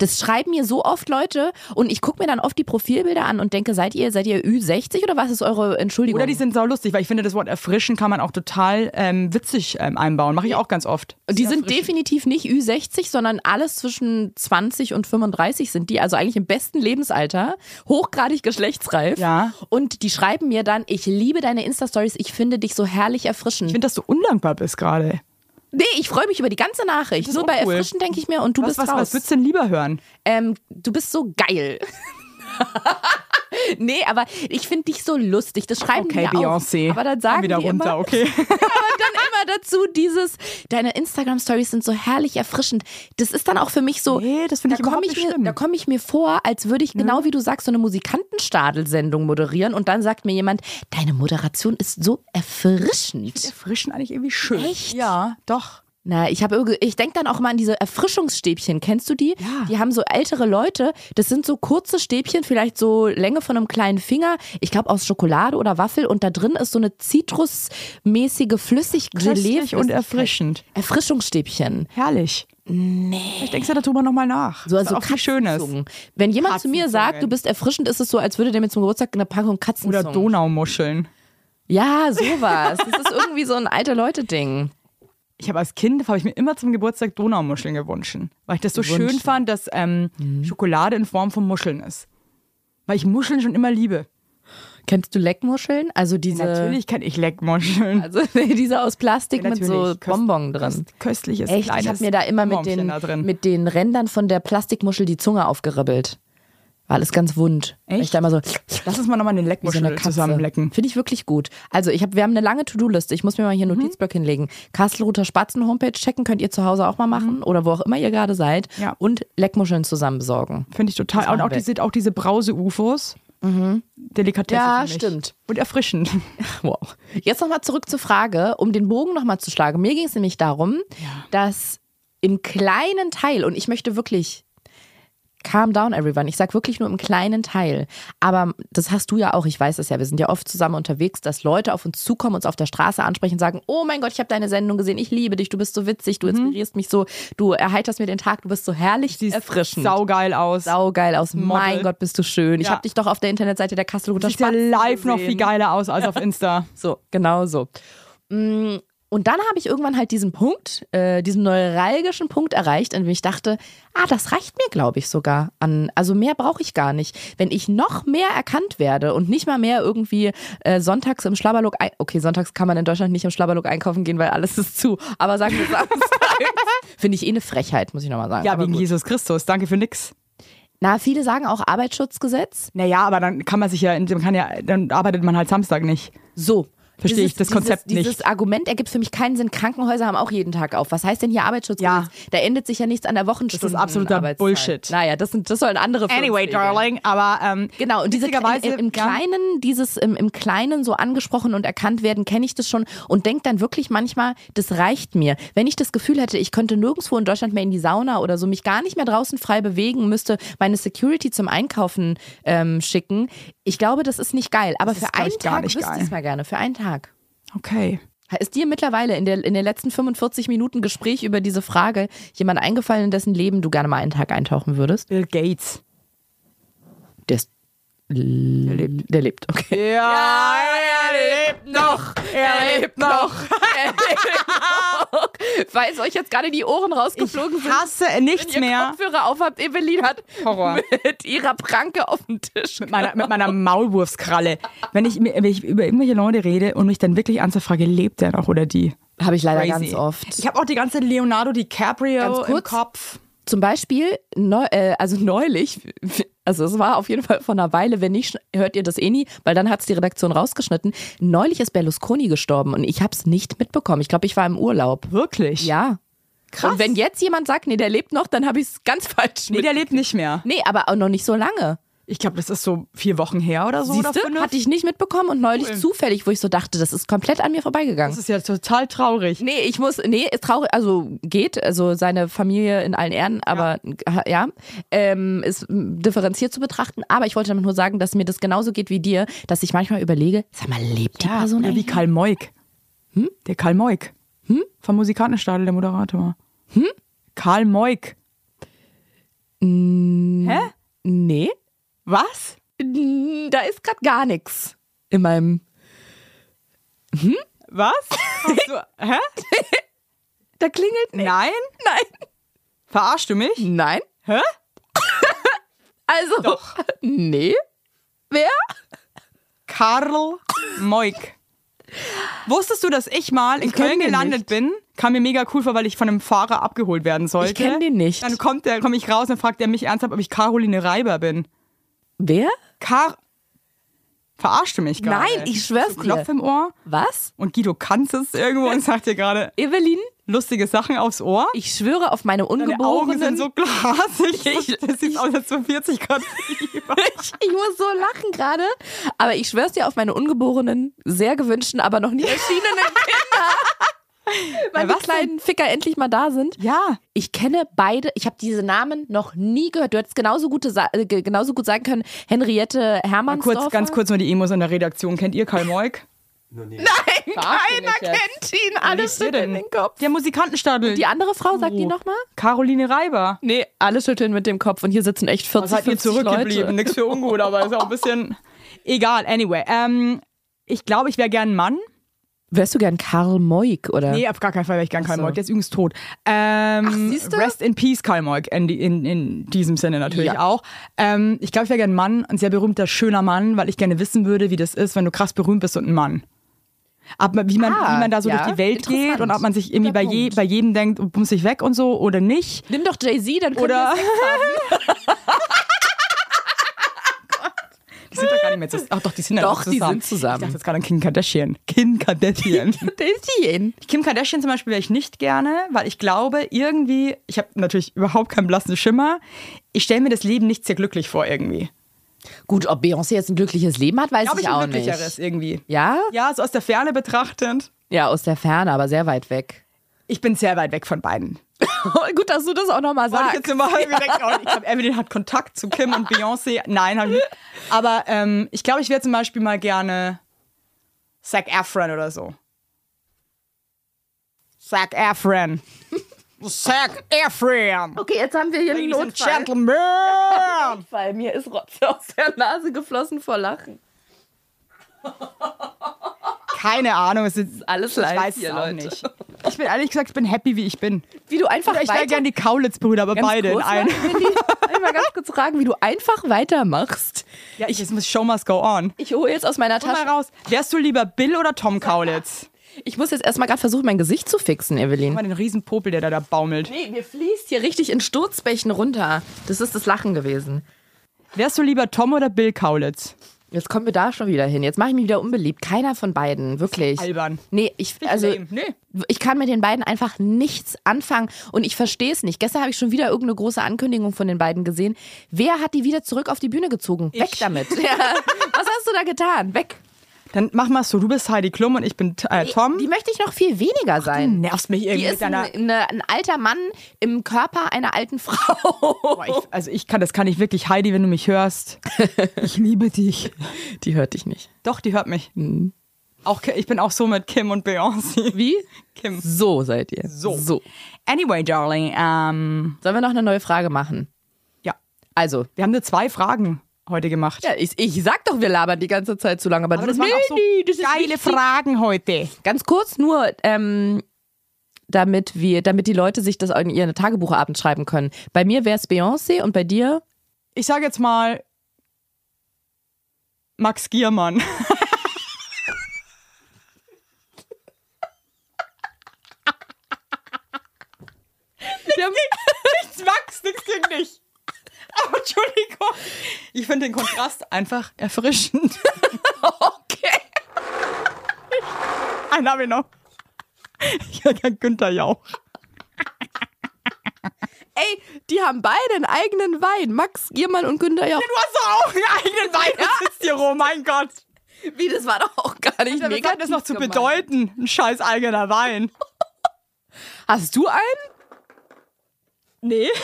Speaker 2: Das schreiben mir so oft Leute und ich gucke mir dann oft die Profilbilder an und denke, seid ihr, seid ihr Ü60 oder was ist eure Entschuldigung?
Speaker 3: Oder die sind saulustig, weil ich finde, das Wort erfrischen kann man auch total ähm, witzig ähm, einbauen. Mache ich auch ganz oft.
Speaker 2: Und die sind definitiv nicht Ü60, sondern alles zwischen 20 und 35 sind die, also eigentlich im besten Lebensalter, hochgradig geschlechtsreif.
Speaker 3: Ja.
Speaker 2: Und die schreiben mir dann, ich liebe deine Insta-Stories, ich finde dich so herrlich erfrischend.
Speaker 3: Ich finde, dass du undankbar bist gerade.
Speaker 2: nee, ich freue mich über die ganze Nachricht.
Speaker 3: ist
Speaker 2: Nur bei
Speaker 3: uncool.
Speaker 2: erfrischend denke ich mir und du
Speaker 3: Was,
Speaker 2: bist
Speaker 3: was,
Speaker 2: raus.
Speaker 3: was würdest du denn lieber hören?
Speaker 2: ähm, du bist so geil. nee, aber ich finde dich so lustig. Das schreiben
Speaker 3: Okay,
Speaker 2: die mir auch.
Speaker 3: Beyoncé.
Speaker 2: Ähm, Aber dann
Speaker 3: Komm
Speaker 2: sagen
Speaker 3: wieder
Speaker 2: die
Speaker 3: runter,
Speaker 2: immer,
Speaker 3: okay.
Speaker 2: und dann immer dazu dieses, deine Instagram-Stories sind so herrlich erfrischend. Das ist dann auch für mich so,
Speaker 3: Nee, das finde
Speaker 2: Oh, da
Speaker 3: ich überhaupt
Speaker 2: komme ich,
Speaker 3: nicht
Speaker 2: mir-
Speaker 3: schlimm. Mhm.
Speaker 2: da komm ich mir vor, als würde ich, genau wie du sagst, so eine Musikantenstadel-Sendung moderieren und dann sagt mir jemand, deine Moderation ist so erfrischend.
Speaker 3: Erfrischen eigentlich irgendwie schön.
Speaker 2: Echt?
Speaker 3: Ja, doch.
Speaker 2: Na, ich habe irgendwie, ich denk dann auch mal an diese Erfrischungsstäbchen. Kennst du die?
Speaker 3: Ja.
Speaker 2: Die haben so ältere Leute. Das sind so kurze Stäbchen, vielleicht so Länge von einem kleinen Finger. Ich glaube aus Schokolade oder Waffel. Und da drin ist so eine zitrusmäßige
Speaker 3: Köstlich
Speaker 2: Flüssig
Speaker 3: und
Speaker 2: Gelee-Flüssigkeit.
Speaker 3: erfrischend.
Speaker 2: Erfrischungsstäbchen.
Speaker 3: Herrlich. Nee. Ich denke ja darüber nochmal nach.
Speaker 2: So,
Speaker 3: Das ist
Speaker 2: also
Speaker 3: auch viel Schönes.
Speaker 2: Katzenzungen. Wenn jemand zu mir sagt,
Speaker 3: Katzenzungen.
Speaker 2: du bist erfrischend, ist es so, als würde der mir zum Geburtstag eine Packung Katzen
Speaker 3: Oder Donaumuscheln.
Speaker 2: Ja, sowas. Das ist irgendwie so ein alte Leute-Ding.
Speaker 3: Ich habe als Kind habe ich mir immer zum Geburtstag Donaumuscheln gewünscht, weil ich das so schön
Speaker 2: Gewünscht. Mhm.
Speaker 3: fand, dass ähm, Schokolade in Form von Muscheln ist. Weil ich Muscheln schon immer liebe.
Speaker 2: Kennst du Leckmuscheln? Also diese,
Speaker 3: Natürlich kann ich Leckmuscheln.
Speaker 2: also diese aus Plastik mit so
Speaker 3: Natürlich. Köst-
Speaker 2: Bonbon
Speaker 3: köst-
Speaker 2: drin.
Speaker 3: Köstliches
Speaker 2: Echt,
Speaker 3: kleines
Speaker 2: ich habe mir da immer mit
Speaker 3: Bonbonchen
Speaker 2: den,
Speaker 3: da drin.
Speaker 2: mit den Rändern von der Plastikmuschel die Zunge aufgeribbelt. War alles ganz wund. Weil Ich
Speaker 3: Echt?
Speaker 2: da immer so,
Speaker 3: Lass uns mal nochmal eine
Speaker 2: wie so
Speaker 3: Leckmuschel
Speaker 2: eine Katze.
Speaker 3: zusammenlecken.
Speaker 2: Finde ich wirklich gut. Also ich hab, wir haben eine lange To-Do-Liste. Ich muss mir mal
Speaker 3: Mhm.
Speaker 2: hier einen Notizblock hinlegen. Kastelruther Spatzen Homepage checken könnt ihr zu Hause auch mal machen oder wo auch immer ihr gerade seid.
Speaker 3: Mhm. Ja.
Speaker 2: Und Leckmuscheln zusammen besorgen.
Speaker 3: Finde ich total. Und auch,
Speaker 2: wir. Mhm.
Speaker 3: die, sind auch diese Brause-UFOs. Delikatesse.
Speaker 2: Ja,
Speaker 3: für mich.
Speaker 2: stimmt.
Speaker 3: Und erfrischend.
Speaker 2: Wow. Jetzt nochmal zurück zur Frage, um den Bogen nochmal zu schlagen. Mir ging es nämlich darum, dass im kleinen Teil, und ich möchte wirklich, calm down everyone, ich sag wirklich nur im kleinen Teil, aber das hast du ja auch, ich weiß es ja, wir sind ja oft zusammen unterwegs, dass Leute auf uns zukommen, uns auf der Straße ansprechen und sagen, oh mein Gott, ich habe deine Sendung gesehen, ich liebe dich, du bist so witzig,
Speaker 3: Mhm.
Speaker 2: du inspirierst mich so, du erheiterst mir den Tag, du bist so herrlich
Speaker 3: Siehst
Speaker 2: erfrischend.
Speaker 3: Saugeil aus.
Speaker 2: Saugeil aus.
Speaker 3: Model.
Speaker 2: Mein Gott, bist du schön. Ich
Speaker 3: Ja.
Speaker 2: habe dich doch auf der Internetseite der Kasselruther
Speaker 3: Sieht ja
Speaker 2: Spatzen
Speaker 3: live noch
Speaker 2: gesehen.
Speaker 3: viel geiler aus als auf Insta.
Speaker 2: So, genau so. Mm, Und dann habe ich irgendwann halt diesen Punkt, äh, diesen neuralgischen Punkt erreicht, in dem ich dachte, ah, das reicht mir, glaube ich, sogar an. Also mehr brauche ich gar nicht. Wenn ich noch mehr erkannt werde und nicht mal mehr irgendwie äh, sonntags im Schlabberlook, ein okay, sonntags kann man in Deutschland nicht im Schlabberlook einkaufen gehen, weil alles ist zu. Aber sagen wir samstags, finde ich eh eine Frechheit, muss ich nochmal sagen.
Speaker 3: Ja,
Speaker 2: Aber
Speaker 3: wegen
Speaker 2: gut.
Speaker 3: Jesus Christus. Danke für nix.
Speaker 2: Na, viele sagen auch Arbeitsschutzgesetz.
Speaker 3: Naja, aber dann kann man sich ja, dann kann ja, dann arbeitet man halt Samstag nicht.
Speaker 2: So.
Speaker 3: Verstehe ich das Konzept
Speaker 2: dieses,
Speaker 3: nicht.
Speaker 2: Dieses Argument ergibt für mich keinen Sinn. Krankenhäuser haben auch jeden Tag auf. Was heißt denn hier Arbeitsschutz?
Speaker 3: Ja.
Speaker 2: Da endet sich ja nichts an der Wochenstunde.
Speaker 3: Das ist absoluter Bullshit.
Speaker 2: Naja, das, sind, das sollen andere für uns regeln.
Speaker 3: aber ähm,
Speaker 2: Genau, und diese, im,
Speaker 3: witzigerweise,
Speaker 2: im, im
Speaker 3: ja.
Speaker 2: Kleinen, dieses im, im Kleinen so angesprochen und erkannt werden, kenne ich das schon und denke dann wirklich manchmal, das reicht mir. Wenn ich das Gefühl hätte, ich könnte nirgendwo in Deutschland mehr in die Sauna oder so, mich gar nicht mehr draußen frei bewegen, müsste meine Security zum Einkaufen ähm, schicken. Ich glaube, das ist nicht geil. Aber
Speaker 3: ist,
Speaker 2: für
Speaker 3: glaub
Speaker 2: einen
Speaker 3: ich, gar
Speaker 2: Tag
Speaker 3: nicht
Speaker 2: wüsste ich
Speaker 3: geil.
Speaker 2: es mal gerne. Für einen Tag.
Speaker 3: Okay.
Speaker 2: Ist dir mittlerweile in, der, in den letzten 45 Minuten Gespräch über diese Frage jemand eingefallen, in dessen Leben du gerne mal einen Tag eintauchen würdest?
Speaker 3: Bill Gates.
Speaker 2: Der, ist, der lebt. Der lebt, okay.
Speaker 3: Ja,
Speaker 2: er lebt noch! Er lebt noch! Er lebt noch! Weiß euch jetzt gerade die Ohren rausgeflogen sind.
Speaker 3: hasse
Speaker 2: wenn
Speaker 3: nichts
Speaker 2: ihr
Speaker 3: mehr.
Speaker 2: Kopfhörer aufhabt, Evelyn hat
Speaker 3: Horror.
Speaker 2: mit ihrer Pranke auf den Tisch.
Speaker 3: Mit meiner, mit meiner Maulwurfskralle. Wenn ich, mir- wenn ich über irgendwelche Leute rede und mich dann wirklich ernsthaft frage, lebt der noch oder die?
Speaker 2: Habe ich leider
Speaker 3: Crazy.
Speaker 2: ganz oft.
Speaker 3: Ich habe auch die ganze Leonardo DiCaprio
Speaker 2: Ganz kurz.
Speaker 3: im Kopf.
Speaker 2: Zum Beispiel, neu, äh, also neulich, also es war auf jeden Fall vor einer Weile, wenn nicht, schn- hört ihr das eh nie, weil dann hat es die Redaktion rausgeschnitten. Neulich ist Berlusconi gestorben und ich habe es nicht mitbekommen. Ich glaube, ich war im Urlaub.
Speaker 3: Wirklich?
Speaker 2: Ja.
Speaker 3: Krass.
Speaker 2: Und wenn jetzt jemand sagt, nee, der lebt noch, dann habe ich es ganz falsch
Speaker 3: nee,
Speaker 2: mit.
Speaker 3: der lebt nicht mehr.
Speaker 2: Nee, aber auch noch nicht so lange.
Speaker 3: Ich glaube, das ist so vier Wochen her oder so.
Speaker 2: Siehst
Speaker 3: oder fünf.
Speaker 2: du? Hatte ich nicht mitbekommen und neulich
Speaker 3: Cool.
Speaker 2: zufällig, wo ich so dachte, das ist komplett an mir vorbeigegangen.
Speaker 3: Das ist ja total traurig.
Speaker 2: Nee, ich muss, nee, ist traurig, also geht, also seine Familie in allen Ehren, aber ja, ja ähm, ist m, differenziert zu betrachten. Aber ich wollte damit nur sagen, dass mir das genauso geht wie dir, dass ich manchmal überlege, sag mal, lebt die Person
Speaker 3: Ah, oder wie
Speaker 2: eigentlich?
Speaker 3: Karl Moik. Hm? Der Karl Moik. Hm? Vom Musikantenstadel, der Moderator. Hm? Karl Moik. Hä?
Speaker 2: Nee,
Speaker 3: Was?
Speaker 2: Mm, da ist gerade gar nichts in meinem,
Speaker 3: Was? Hast du, hä?
Speaker 2: da klingelt nichts.
Speaker 3: Nein?
Speaker 2: Nein,
Speaker 3: Verarschst du mich?
Speaker 2: nein,
Speaker 3: Hä?
Speaker 2: also,
Speaker 3: Doch.
Speaker 2: nee, wer?
Speaker 3: Karl Moik. Wusstest du, dass ich mal in
Speaker 2: kenn
Speaker 3: Köln
Speaker 2: den
Speaker 3: gelandet bin? Kam mir mega cool vor, weil ich von einem Fahrer abgeholt werden sollte.
Speaker 2: Ich kenn den nicht.
Speaker 3: Dann kommt der, komm ich raus und fragt er mich ernsthaft, ob ich Caroline Reiber bin.
Speaker 2: Wer?
Speaker 3: Kar Verarschst du mich gerade?
Speaker 2: Nein, ich schwör's
Speaker 3: So Knopf
Speaker 2: dir.
Speaker 3: im Ohr
Speaker 2: Was?
Speaker 3: und Guido Kanz ist irgendwo und sagt dir gerade
Speaker 2: Evelyn?
Speaker 3: lustige Sachen aufs Ohr.
Speaker 2: Ich schwöre auf meine
Speaker 3: Deine
Speaker 2: ungeborenen.
Speaker 3: Augen sind so glasig.
Speaker 2: Ich-
Speaker 3: das sieht aus, als 40 Grad Fieber.
Speaker 2: Ich, ich muss so lachen gerade. Aber ich schwör's dir auf meine ungeborenen, sehr gewünschten, aber noch nie erschienenen Kinder. Weil
Speaker 3: Na,
Speaker 2: die
Speaker 3: was denn?
Speaker 2: kleinen Ficker endlich mal da sind.
Speaker 3: Ja,
Speaker 2: Ich kenne beide, ich habe diese Namen noch nie gehört. Du hättest genauso, gute, sa- äh, ge- genauso gut sagen können, Henriette Hermannsdorfer.
Speaker 3: kurz, ganz kurz nur die Emos in der Redaktion. Kennt ihr Karl Moik?
Speaker 2: Nein,
Speaker 3: Verarscht ihr
Speaker 2: keiner
Speaker 3: mich jetzt?
Speaker 2: kennt ihn. Alle
Speaker 3: Wisst ihr
Speaker 2: schütteln
Speaker 3: denn?
Speaker 2: den Kopf.
Speaker 3: Der Musikantenstadel.
Speaker 2: Die andere Frau, sagt die
Speaker 3: Oh.
Speaker 2: nochmal?
Speaker 3: Caroline Reiber.
Speaker 2: Nee, alle schütteln mit dem Kopf. Und hier sitzen echt 40,
Speaker 3: Was seid ihr
Speaker 2: 50
Speaker 3: zurückgeblieben?
Speaker 2: Leute.
Speaker 3: Nix für ungut, aber ist auch ein bisschen egal. Anyway, ähm, ich glaube, ich wäre gern ein Mann.
Speaker 2: Wärst du gern Karl Moik oder?
Speaker 3: Nee, auf gar keinen Fall wäre ich gern Karl
Speaker 2: so.
Speaker 3: Moik. Der ist übrigens tot. Ähm,
Speaker 2: Ach, siehst du?
Speaker 3: Rest in Peace, Karl Moik. In, die- in, in diesem Sinne natürlich
Speaker 2: Ja.
Speaker 3: auch. Ähm, ich glaube, ich wäre gern Mann, ein sehr berühmter, schöner Mann, weil ich gerne wissen würde, wie das ist, wenn du krass berühmt bist und ein Mann. Ab, wie, man,
Speaker 2: Ah,
Speaker 3: wie man da so
Speaker 2: ja,
Speaker 3: durch die Welt
Speaker 2: interessant.
Speaker 3: geht und ob man sich irgendwie
Speaker 2: Guter
Speaker 3: bei, je,
Speaker 2: Punkt.
Speaker 3: bei jedem denkt, bumst ich weg und so oder nicht.
Speaker 2: Nimm doch Jay-Z, dann können
Speaker 3: Oder-
Speaker 2: wir es Oh weghaben.
Speaker 3: Die sind doch gar nicht mehr zusammen. Ach doch, die sind ja
Speaker 2: Doch,
Speaker 3: noch
Speaker 2: die
Speaker 3: zusammen.
Speaker 2: sind zusammen.
Speaker 3: Ich dachte jetzt gerade an Kim Kardashian. Kim Kardashian.
Speaker 2: Jay-Z.
Speaker 3: Kim Kardashian zum Beispiel wäre ich nicht gerne, weil ich glaube, irgendwie, ich habe natürlich überhaupt keinen blassen Schimmer, ich stelle mir das Leben nicht sehr glücklich vor irgendwie.
Speaker 2: Gut, ob Beyoncé jetzt ein glückliches Leben hat, weiß
Speaker 3: Glaube
Speaker 2: ich,
Speaker 3: ich
Speaker 2: auch
Speaker 3: ein
Speaker 2: nicht.
Speaker 3: glücklicheres irgendwie.
Speaker 2: Ja?
Speaker 3: Ja, so aus der Ferne betrachtend.
Speaker 2: Ja, aus der Ferne, aber sehr weit weg.
Speaker 3: Ich bin sehr weit weg von beiden.
Speaker 2: Gut, dass du das auch nochmal
Speaker 3: Wollte ich
Speaker 2: sagst.
Speaker 3: jetzt immer halb direkt auch nicht. oh, Ich glaube, Evelyn hat Kontakt zu Kim und Beyoncé. Nein, habe ich nicht. Aber ähm, ich glaube, ich wäre zum Beispiel mal gerne Zac Efron oder so. Zac Efron. Zac Efron.
Speaker 2: Okay, jetzt haben wir hier einen
Speaker 3: Ladies and Gentlemen.
Speaker 2: Weil mir ist Rotze aus der Nase geflossen vor Lachen.
Speaker 3: Keine Ahnung, es ist
Speaker 2: alles
Speaker 3: ich
Speaker 2: live
Speaker 3: weiß
Speaker 2: hier,
Speaker 3: es auch
Speaker 2: Leute.
Speaker 3: nicht. Ich bin ehrlich gesagt, ich bin happy, wie ich bin.
Speaker 2: Wie du einfach
Speaker 3: Oder ich wäre
Speaker 2: weiter...
Speaker 3: gerne die Kaulitz-Brüder, aber beide in
Speaker 2: kurz
Speaker 3: einem.
Speaker 2: mal, Willi, darf ich mal ganz kurz fragen, wie du einfach weitermachst.
Speaker 3: Ja, ich, es muss Show must go on.
Speaker 2: Ich hole jetzt aus meiner
Speaker 3: Komm mal
Speaker 2: Tasche...
Speaker 3: raus. Wärst du lieber Bill oder Tom Kaulitz?
Speaker 2: Ich muss jetzt erstmal gerade versuchen, mein Gesicht zu fixen, Evelyn.
Speaker 3: Guck mal den riesen Popel, der da, da baumelt.
Speaker 2: Nee, mir fließt hier richtig in Sturzbächen runter. Das ist das Lachen gewesen.
Speaker 3: Wärst du lieber Tom oder Bill Kaulitz?
Speaker 2: Jetzt kommen wir da schon wieder hin. Jetzt mache ich mich wieder unbeliebt. Keiner von beiden, wirklich.
Speaker 3: Albern.
Speaker 2: Nee, ich, also
Speaker 3: lame. Nee.
Speaker 2: ich kann mit den beiden einfach nichts anfangen und ich verstehe es nicht. Gestern habe ich schon wieder irgendeine große Ankündigung von den beiden gesehen. Wer hat die wieder zurück auf die Bühne gezogen? Weg damit. Ja. Was hast du da getan? Weg.
Speaker 3: Dann mach mal so, du bist Heidi Klum und ich bin äh, Tom.
Speaker 2: Die möchte ich noch viel weniger sein.
Speaker 3: nervst mich
Speaker 2: Die
Speaker 3: irgendwie
Speaker 2: ist ein, eine, ein alter Mann im Körper einer alten Frau.
Speaker 3: Boah, ich, also ich kann, das kann ich wirklich. Heidi, wenn du mich hörst, ich liebe dich.
Speaker 2: Die hört dich nicht.
Speaker 3: Doch, die hört mich.
Speaker 2: Mhm.
Speaker 3: Auch, Ki- ich bin auch so mit Kim und Beyoncé.
Speaker 2: Wie?
Speaker 3: Kim.
Speaker 2: So seid ihr.
Speaker 3: So.
Speaker 2: so.
Speaker 3: Anyway, darling, ähm,
Speaker 2: Sollen wir noch eine neue Frage machen?
Speaker 3: ja,
Speaker 2: Also,
Speaker 3: wir haben nur zwei Fragen heute gemacht.
Speaker 2: Ja, ich, ich sag doch, wir labern die ganze Zeit zu lange, aber,
Speaker 3: Aber
Speaker 2: du
Speaker 3: das waren auch so
Speaker 2: nee, das ist
Speaker 3: geile
Speaker 2: wichtig.
Speaker 3: Fragen heute.
Speaker 2: Ganz kurz nur, ähm, damit wir, damit die Leute sich das in ihre Tagebuche abends schreiben können. Bei mir wäre es Beyoncé und bei dir
Speaker 3: Ich sage jetzt mal Max Giermann. Wir haben nichts Max, nichts gegen dich. Aber Entschuldigung. Ich finde den Kontrast einfach erfrischend.
Speaker 2: Okay.
Speaker 3: Einen habe ich noch. Ich hätte gern Günther Jauch.
Speaker 2: Ey, die haben beide einen eigenen Wein. Max Giermann und Günther ja.
Speaker 3: Du hast doch auch einen eigenen Wein und sitzt hier rum, mein Gott.
Speaker 2: Wie, das war doch auch gar nicht
Speaker 3: Was
Speaker 2: mega.
Speaker 3: hat das noch zu bedeuten? Ein scheiß eigener Wein.
Speaker 2: Hast du einen?
Speaker 3: Nee.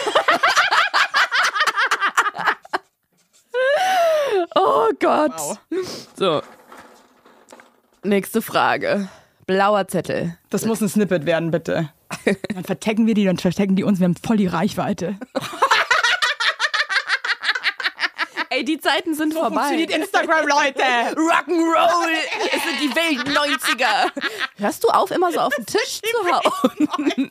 Speaker 2: Oh Gott.
Speaker 3: Wow.
Speaker 2: So. Nächste Frage. Blauer Zettel.
Speaker 3: Das muss ein Snippet werden, bitte. Dann vertecken wir die, dann verstecken die uns, wir haben voll die Reichweite.
Speaker 2: Ey, die Zeiten sind vorbei.
Speaker 3: Funktioniert Instagram, Leute!
Speaker 2: Rock'n'Roll, es sind die Welt 90er. Hörst du auf, immer so auf den Tisch zu hauen?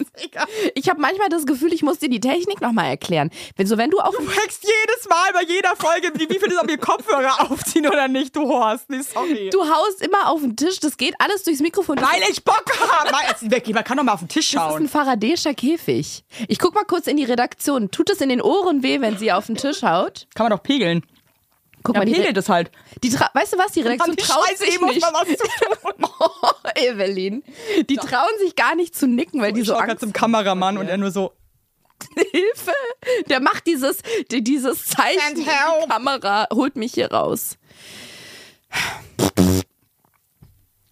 Speaker 2: Ich habe manchmal das Gefühl, ich muss dir die Technik nochmal erklären. Wenn so, wenn du auf
Speaker 3: Du hackst jedes Mal bei jeder Folge, wie, wie viel das ob ihr Kopfhörer aufziehen oder nicht, du Horst. Nee, sorry.
Speaker 2: du haust immer auf den Tisch, das geht alles durchs Mikrofon.
Speaker 3: Weil ich Bock habe! Mal- Jetzt wirklich, man kann doch mal auf den Tisch
Speaker 2: das ist
Speaker 3: schauen.
Speaker 2: ein Faraday'scher Käfig. Ich guck mal kurz in die Redaktion. Tut es in den Ohren weh, wenn sie auf den Tisch haut?
Speaker 3: Kann man doch pegeln.
Speaker 2: Guck
Speaker 3: Man
Speaker 2: mal, die,
Speaker 3: pegelt
Speaker 2: Re
Speaker 3: es halt.
Speaker 2: die tra- weißt du was? Die
Speaker 3: Mann,
Speaker 2: Redaktion
Speaker 3: die
Speaker 2: traut
Speaker 3: Scheiße,
Speaker 2: sich
Speaker 3: eh muss
Speaker 2: nicht.
Speaker 3: man was zu tun.
Speaker 2: Oh, Evelyn, die trauen sich gar nicht zu nicken, weil die
Speaker 3: Oh, Ich
Speaker 2: so
Speaker 3: schau
Speaker 2: Angst
Speaker 3: grad zum Kameramann und er nur so,
Speaker 2: Hilfe! Der macht dieses, die- dieses Zeichen.
Speaker 3: Send
Speaker 2: Die
Speaker 3: help.
Speaker 2: Kamera holt mich hier raus.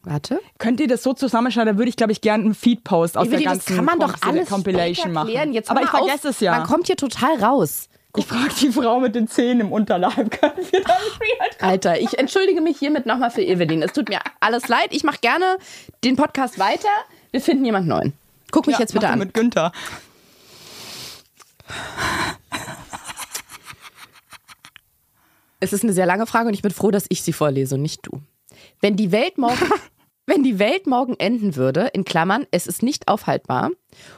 Speaker 2: Warte.
Speaker 3: Könnt ihr das so zusammenschneiden? Da würde ich, glaube ich, gerne einen Feed-Post aus der
Speaker 2: Evelyn, das
Speaker 3: ganzen
Speaker 2: kann man doch
Speaker 3: Compil-
Speaker 2: alles
Speaker 3: Compilation machen.
Speaker 2: erklären. Jetzt hör
Speaker 3: Aber
Speaker 2: mal
Speaker 3: ich vergesse
Speaker 2: auf.
Speaker 3: es ja.
Speaker 2: Man kommt hier total raus.
Speaker 3: ich frage die Frau mit den Zähnen im Unterleib. Können wir da nicht mehr
Speaker 2: Alter, ich entschuldige mich hiermit nochmal für Evelyn. Es tut mir alles leid. Ich mache gerne den Podcast weiter. Wir finden jemand neuen. Guck mich
Speaker 3: Ja,
Speaker 2: jetzt bitte
Speaker 3: mach du
Speaker 2: an.
Speaker 3: Mit Günther.
Speaker 2: Es ist eine sehr lange Frage und ich bin froh, dass ich sie vorlese und nicht du. Wenn die Welt morgen Wenn die Welt morgen enden würde, in Klammern, es ist nicht aufhaltbar,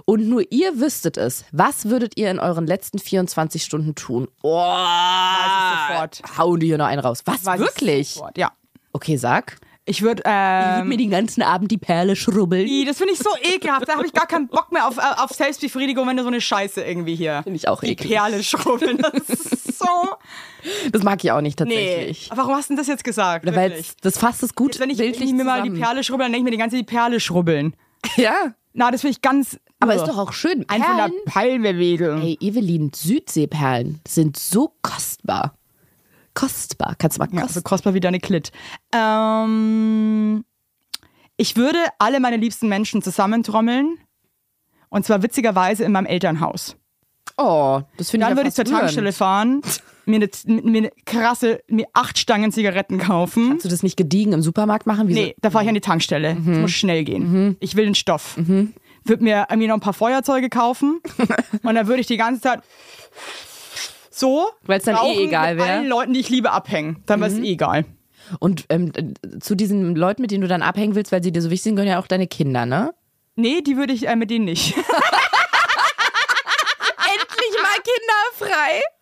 Speaker 2: und nur ihr wüsstet es, was würdet ihr in euren letzten 24 Stunden tun? Oh,
Speaker 3: Ah. Also sofort.
Speaker 2: hauen die hier noch einen raus. Was,
Speaker 3: Weiß ich
Speaker 2: wirklich?
Speaker 3: sofort, Ja.
Speaker 2: Okay, sag.
Speaker 3: Ich würde, ähm,
Speaker 2: Gib mir den ganzen Abend die Perle schrubbeln.
Speaker 3: Ih, das finde ich so ekelhaft. Da habe ich gar keinen Bock mehr auf, äh, auf Selbstbefriedigung, wenn du so eine Scheiße irgendwie hier.
Speaker 2: Finde ich auch
Speaker 3: Die
Speaker 2: eklig.
Speaker 3: Perle schrubbeln. Das ist so.
Speaker 2: Das mag ich auch nicht
Speaker 3: Nee.
Speaker 2: tatsächlich.
Speaker 3: Warum hast du denn das jetzt gesagt?
Speaker 2: Weil
Speaker 3: Wirklich.
Speaker 2: jetzt- das fasst es gut
Speaker 3: Jetzt, wenn ich,
Speaker 2: bildlich
Speaker 3: ich mir mal die
Speaker 2: zusammen.
Speaker 3: Perle schrubbeln, dann denke ich mir die ganze die Perle schrubbeln.
Speaker 2: Ja,
Speaker 3: Na, das finde ich ganz.
Speaker 2: aber
Speaker 3: irre.
Speaker 2: ist doch auch schön.
Speaker 3: Oh. Ein von der
Speaker 2: Perlen.
Speaker 3: Palme wedeln.
Speaker 2: Hey, Evelyn, Südseeperlen sind so kostbar. Kostbar. Kannst du mal
Speaker 3: Ja,
Speaker 2: kosten?
Speaker 3: so kostbar wie deine Klit. Ähm, ich würde alle meine liebsten Menschen zusammentrommeln. Und zwar witzigerweise in meinem Elternhaus.
Speaker 2: Oh, das finde
Speaker 3: Dann
Speaker 2: ich ja
Speaker 3: würde ich
Speaker 2: fast
Speaker 3: zur Tankstelle
Speaker 2: rührend.
Speaker 3: fahren, mir eine, mir eine krasse, mir acht Stangen Zigaretten kaufen.
Speaker 2: Kannst du das nicht gediegen im Supermarkt machen? Wie
Speaker 3: Nee, da fahre ich an
Speaker 2: Mhm.
Speaker 3: die Tankstelle. Es muss schnell gehen. Ich will den Stoff. Würde mir irgendwie noch ein paar Feuerzeuge kaufen und dann würde ich die ganze Zeit so
Speaker 2: Weil's dann eh
Speaker 3: rauchen
Speaker 2: egal
Speaker 3: mit
Speaker 2: wär. Mhm.
Speaker 3: allen Leuten, die ich liebe, abhängen. Dann wäre es eh egal.
Speaker 2: So? Und ähm, d- zu diesen Leuten, mit denen du dann abhängen willst, weil sie dir so wichtig sind, gehören ja auch deine Kinder, ne?
Speaker 3: Nee, die würde ich äh, mit denen nicht.
Speaker 2: Endlich mal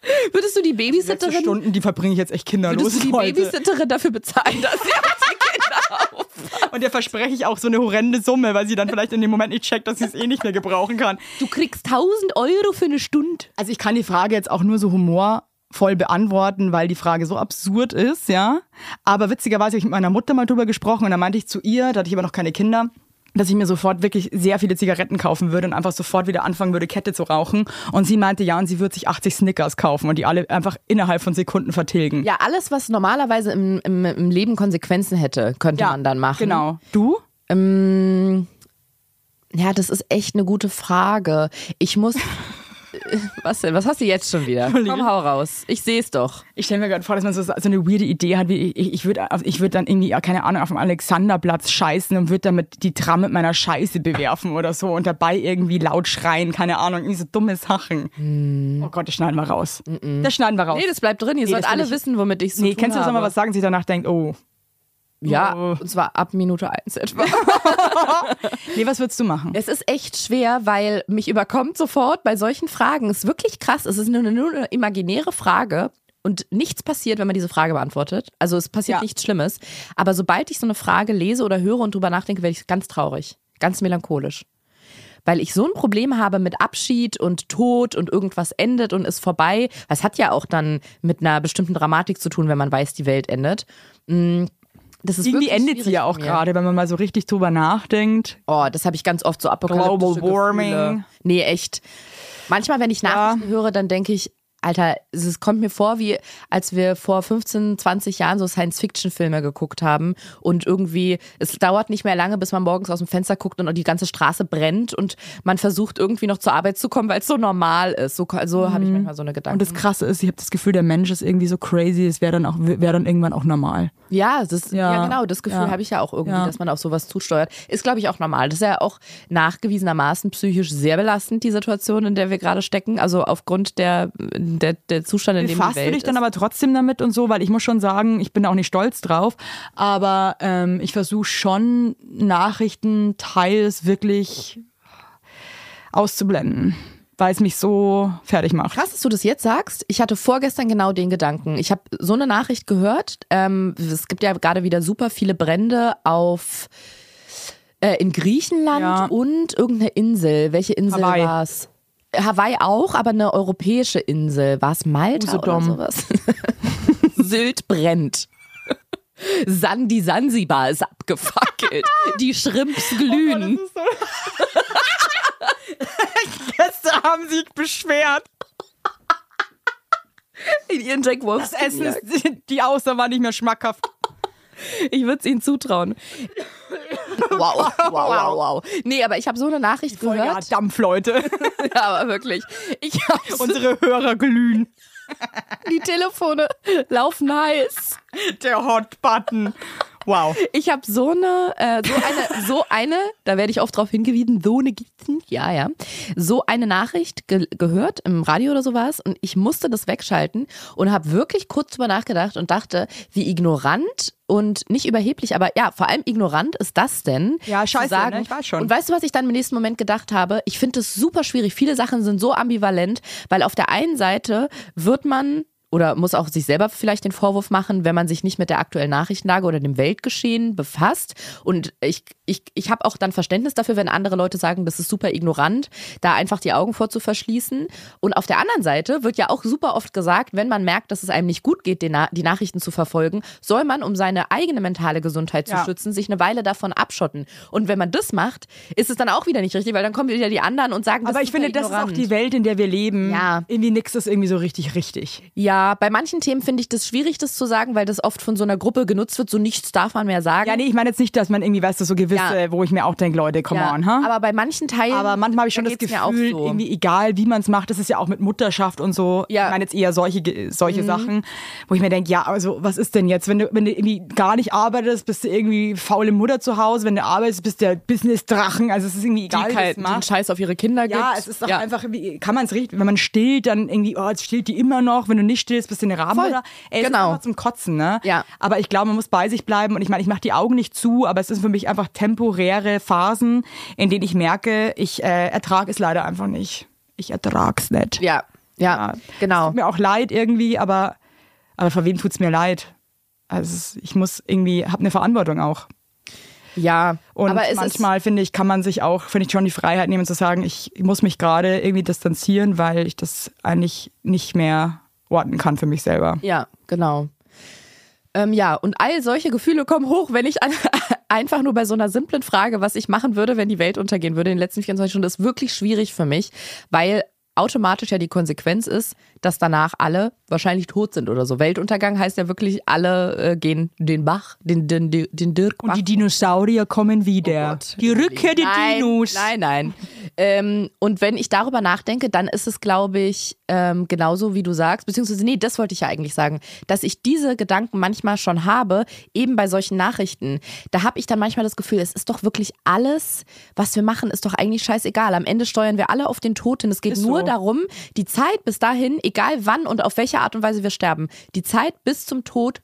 Speaker 2: kinderfrei! Würdest du die
Speaker 3: Letzte
Speaker 2: Babysitterin,
Speaker 3: Stunden, die verbringe ich jetzt echt kinderlos
Speaker 2: würdest du die
Speaker 3: heute.
Speaker 2: Babysitterin dafür bezahlen, dass sie auf die Kinder auf?
Speaker 3: Und der verspreche ich auch so eine horrende Summe, weil sie dann vielleicht in dem Moment nicht checkt, dass sie es eh nicht mehr gebrauchen kann.
Speaker 2: Du kriegst 1000 Euro für eine Stunde.
Speaker 3: Also ich kann die Frage jetzt auch nur so humorvoll beantworten, weil die Frage so absurd ist, ja. Aber witzigerweise habe ich mit meiner Mutter mal drüber gesprochen und da meinte ich zu ihr, da hatte ich aber noch keine Kinder, dass ich mir sofort wirklich sehr viele Zigaretten kaufen würde und einfach sofort wieder anfangen würde, Kette zu rauchen. Und sie meinte, ja, und sie würde sich 80 Snickers kaufen und die alle einfach innerhalb von Sekunden vertilgen.
Speaker 2: Ja, alles, was normalerweise im, im, im Leben Konsequenzen hätte, könnte man dann machen.
Speaker 3: Genau. Du?
Speaker 2: Ähm, ja, das ist echt eine gute Frage. Ich muss. Was denn? Was hast du jetzt schon wieder? Komm, hau raus. Ich sehe es doch.
Speaker 3: Ich stelle mir gerade vor, dass man so, so eine weirde Idee hat, wie ich, ich würde ich würd dann irgendwie, ja, keine Ahnung, auf dem Alexanderplatz scheißen und würde damit die Tram mit meiner Scheiße bewerfen oder so und dabei irgendwie laut schreien, keine Ahnung, irgendwie so dumme Sachen. Oh Gott, das schneiden wir raus. Das schneiden wir raus.
Speaker 2: Nee, das bleibt drin. Ihr sollt
Speaker 3: das will
Speaker 2: alle
Speaker 3: ich-
Speaker 2: wissen, womit ich so.
Speaker 3: nee,
Speaker 2: tun
Speaker 3: kennst du das
Speaker 2: habe.
Speaker 3: nochmal, was sagen, sich danach denkt, oh.
Speaker 2: Ja,
Speaker 3: Oh.
Speaker 2: und zwar ab Minute eins etwa.
Speaker 3: Nee, was würdest du machen?
Speaker 2: es ist echt schwer, weil mich überkommt sofort bei solchen Fragen. Es ist wirklich krass. Es ist nur eine, nur eine imaginäre Frage. Und nichts passiert, wenn man diese Frage beantwortet. Also es passiert
Speaker 3: Ja.
Speaker 2: nichts Schlimmes. Aber sobald ich so eine Frage lese oder höre und drüber nachdenke, werde ich ganz traurig, ganz melancholisch. Weil ich so ein Problem habe mit Abschied und Tod und irgendwas endet und ist vorbei. Das hat ja auch dann mit einer bestimmten Dramatik zu tun, wenn man weiß, die Welt endet. Mm, Das ist
Speaker 3: Irgendwie
Speaker 2: wirklich
Speaker 3: endet sie
Speaker 2: schwierig
Speaker 3: ja auch
Speaker 2: bei mir.
Speaker 3: gerade, wenn man mal so richtig drüber nachdenkt.
Speaker 2: Oh, das habe ich ganz oft so apokalyptische
Speaker 3: Global warming.
Speaker 2: Gefühle. Nee, echt. Manchmal, wenn ich Nachrichten höre, dann denke ich, Alter, es ist- kommt mir vor, wie als wir vor 15, 20 Jahren so Science-Fiction-Filme geguckt haben und irgendwie, es dauert nicht mehr lange, bis man morgens aus dem Fenster guckt und die ganze Straße brennt und man versucht irgendwie noch zur Arbeit zu kommen, weil es so normal ist. So, so habe ich manchmal so eine Gedanken.
Speaker 3: Mhm. Und das Krasse ist, ich habe das Gefühl, der Mensch ist irgendwie so crazy, es wäre dann, auch- wär dann irgendwann auch normal.
Speaker 2: Ja, das, ja,
Speaker 3: Ja.
Speaker 2: genau, das Gefühl
Speaker 3: Ja.
Speaker 2: habe ich ja auch irgendwie,
Speaker 3: Ja.
Speaker 2: dass man auf sowas zusteuert. Ist, glaube ich, auch normal. Das ist ja auch nachgewiesenermaßen psychisch sehr belastend, die Situation, in der wir gerade stecken. Also aufgrund der, der, der Zustand, in dem die
Speaker 3: befasst du
Speaker 2: Welt
Speaker 3: dich dann
Speaker 2: ist.
Speaker 3: aber trotzdem damit und so, weil ich muss schon sagen, ich bin da auch nicht stolz drauf, aber ähm, ich versuche schon Nachrichten teils wirklich auszublenden, weil es mich so fertig macht.
Speaker 2: Krass, dass du das jetzt sagst. Ich hatte vorgestern genau den Gedanken. Ich habe so eine Nachricht gehört. Ähm, es gibt ja gerade wieder super viele Brände auf äh, in Griechenland
Speaker 3: Ja.
Speaker 2: und irgendeine Insel. Welche Insel
Speaker 3: Hawaii.
Speaker 2: war es? Hawaii auch, aber eine europäische Insel. War es Malta
Speaker 3: Usedom.
Speaker 2: oder sowas? Sylt brennt. San, die Sansibar ist abgefackelt. Die Shrimps glühen.
Speaker 3: Gäste haben sich beschwert.
Speaker 2: in ihren Jack Wolfs
Speaker 3: Essen ist, die Außer war nicht mehr schmackhaft.
Speaker 2: Ich würde es ihnen zutrauen. Wow, wow, wow, wow. Nee, aber ich habe so eine Nachricht
Speaker 3: Ja,
Speaker 2: gehört.
Speaker 3: Dampf, Leute.
Speaker 2: Ja, aber wirklich. Ich habe so,
Speaker 3: Unsere Hörer glühen.
Speaker 2: die Telefone laufen heiß.
Speaker 3: Der Hot Button. Wow.
Speaker 2: Ich habe so eine, äh, so eine, so eine, da werde ich oft drauf hingewiesen, so eine gibt's nicht, ja, ja, so eine Nachricht ge gehört im Radio oder sowas und ich musste das wegschalten und habe wirklich kurz drüber nachgedacht und dachte, wie ignorant und nicht überheblich, aber ja, vor allem ignorant ist das denn.
Speaker 3: Ja,
Speaker 2: zu
Speaker 3: scheiße,
Speaker 2: sagen.
Speaker 3: ne? Ich weiß schon.
Speaker 2: Und weißt du, was ich dann im nächsten Moment gedacht habe? Ich finde es super schwierig. Viele Sachen sind so ambivalent, weil auf der einen Seite wird man oder muss auch sich selber vielleicht den Vorwurf machen, wenn man sich nicht mit der aktuellen Nachrichtenlage oder dem Weltgeschehen befasst. Und ich, ich, ich habe auch dann Verständnis dafür, wenn andere Leute sagen, das ist super ignorant, da einfach die Augen vor zu verschließen. Und auf der anderen Seite wird ja auch super oft gesagt, wenn man merkt, dass es einem nicht gut geht, den Na die Nachrichten zu verfolgen, soll man, um seine eigene mentale Gesundheit zu
Speaker 3: Ja.
Speaker 2: schützen, sich eine Weile davon abschotten. Und wenn man das macht, ist es dann auch wieder nicht richtig, weil dann kommen wieder die anderen und sagen, das
Speaker 3: Aber
Speaker 2: ist
Speaker 3: ich finde,
Speaker 2: super
Speaker 3: das ist auch
Speaker 2: ignorant.
Speaker 3: die Welt, in der wir leben.
Speaker 2: Ja.
Speaker 3: Irgendwie nix ist irgendwie so richtig richtig.
Speaker 2: Ja, bei manchen Themen finde ich das schwierig, das zu sagen, weil das oft von so einer Gruppe genutzt wird, so nichts darf man mehr sagen.
Speaker 3: Ja, nee, ich meine jetzt nicht, dass man irgendwie, weißt du, so gewisse,
Speaker 2: Ja.
Speaker 3: wo ich mir auch denke, Leute, come
Speaker 2: Ja,
Speaker 3: on, ha?
Speaker 2: Aber bei manchen Teilen.
Speaker 3: Aber manchmal habe ich schon
Speaker 2: da
Speaker 3: das
Speaker 2: geht's
Speaker 3: Gefühl,
Speaker 2: mir auch so.
Speaker 3: irgendwie egal, wie man es macht, das ist ja auch mit Mutterschaft und so.
Speaker 2: Ja. Mhm.
Speaker 3: Ich meine jetzt eher solche, Ge- solche Sachen, wo ich mir denke, ja, also was ist denn jetzt, wenn du, wenn du irgendwie gar nicht arbeitest, bist du irgendwie faule Mutter zu Hause, wenn du arbeitest, bist der Business-Drachen, also es ist irgendwie egal,
Speaker 2: die
Speaker 3: wie du es
Speaker 2: kalten
Speaker 3: machst.
Speaker 2: Scheiß auf ihre Kinder gibt.
Speaker 3: Ja, es ist doch einfach, wie, kann man es richtig, wenn man stillt, dann irgendwie, oh, jetzt stillt die immer noch, wenn du nicht stillst, bist du eine Rabenmutter. Ey, es
Speaker 2: Genau.
Speaker 3: ist einfach zum Kotzen, ne?
Speaker 2: Ja.
Speaker 3: Aber ich glaube, man muss bei sich bleiben und ich meine, ich mache die Augen nicht zu, aber es ist für mich einfach temporäre Phasen, in denen ich merke, ich äh, ertrage es leider einfach nicht. Ich ertrage es nicht.
Speaker 2: Ja, ja,
Speaker 3: Es
Speaker 2: genau.
Speaker 3: tut mir auch leid irgendwie, aber, aber für wen tut es mir leid? Also es ist- ich muss irgendwie, habe eine Verantwortung auch.
Speaker 2: Ja,
Speaker 3: Und
Speaker 2: aber es
Speaker 3: manchmal, finde ich, kann man sich auch, finde ich, schon die Freiheit nehmen zu sagen, ich muss mich gerade irgendwie distanzieren, weil ich das eigentlich nicht mehr orten kann für mich selber.
Speaker 2: ist. Ja, genau. Ähm, ja, und all solche Gefühle kommen hoch, wenn ich an, einfach nur bei so einer simplen Frage, was ich machen würde, wenn die Welt untergehen würde in den letzten 24 Stunden, ist wirklich schwierig für mich, weil automatisch ja die Konsequenz ist, dass danach alle wahrscheinlich tot sind oder so. Weltuntergang heißt ja wirklich, alle äh, gehen den Bach, den, den, den, den Dirk Bach.
Speaker 3: Dinosaurier kommen wieder. die Rückkehr der
Speaker 2: Oh nein,
Speaker 3: Dinos.
Speaker 2: Nein, nein. ähm, und wenn ich darüber nachdenke, dann ist es, glaube ich, ähm, genauso wie du sagst, beziehungsweise, nee, das wollte ich ja eigentlich sagen, dass ich diese Gedanken manchmal schon habe, eben bei solchen Nachrichten. Da habe ich dann manchmal das Gefühl, es ist doch wirklich alles, was wir machen, ist doch eigentlich scheißegal. Am Ende steuern wir alle auf den Tod hin. Es geht
Speaker 3: Ist
Speaker 2: nur
Speaker 3: so.
Speaker 2: darum, die Zeit bis dahin, egal wann und auf welche Art und Weise wir sterben, die Zeit bis zum Tod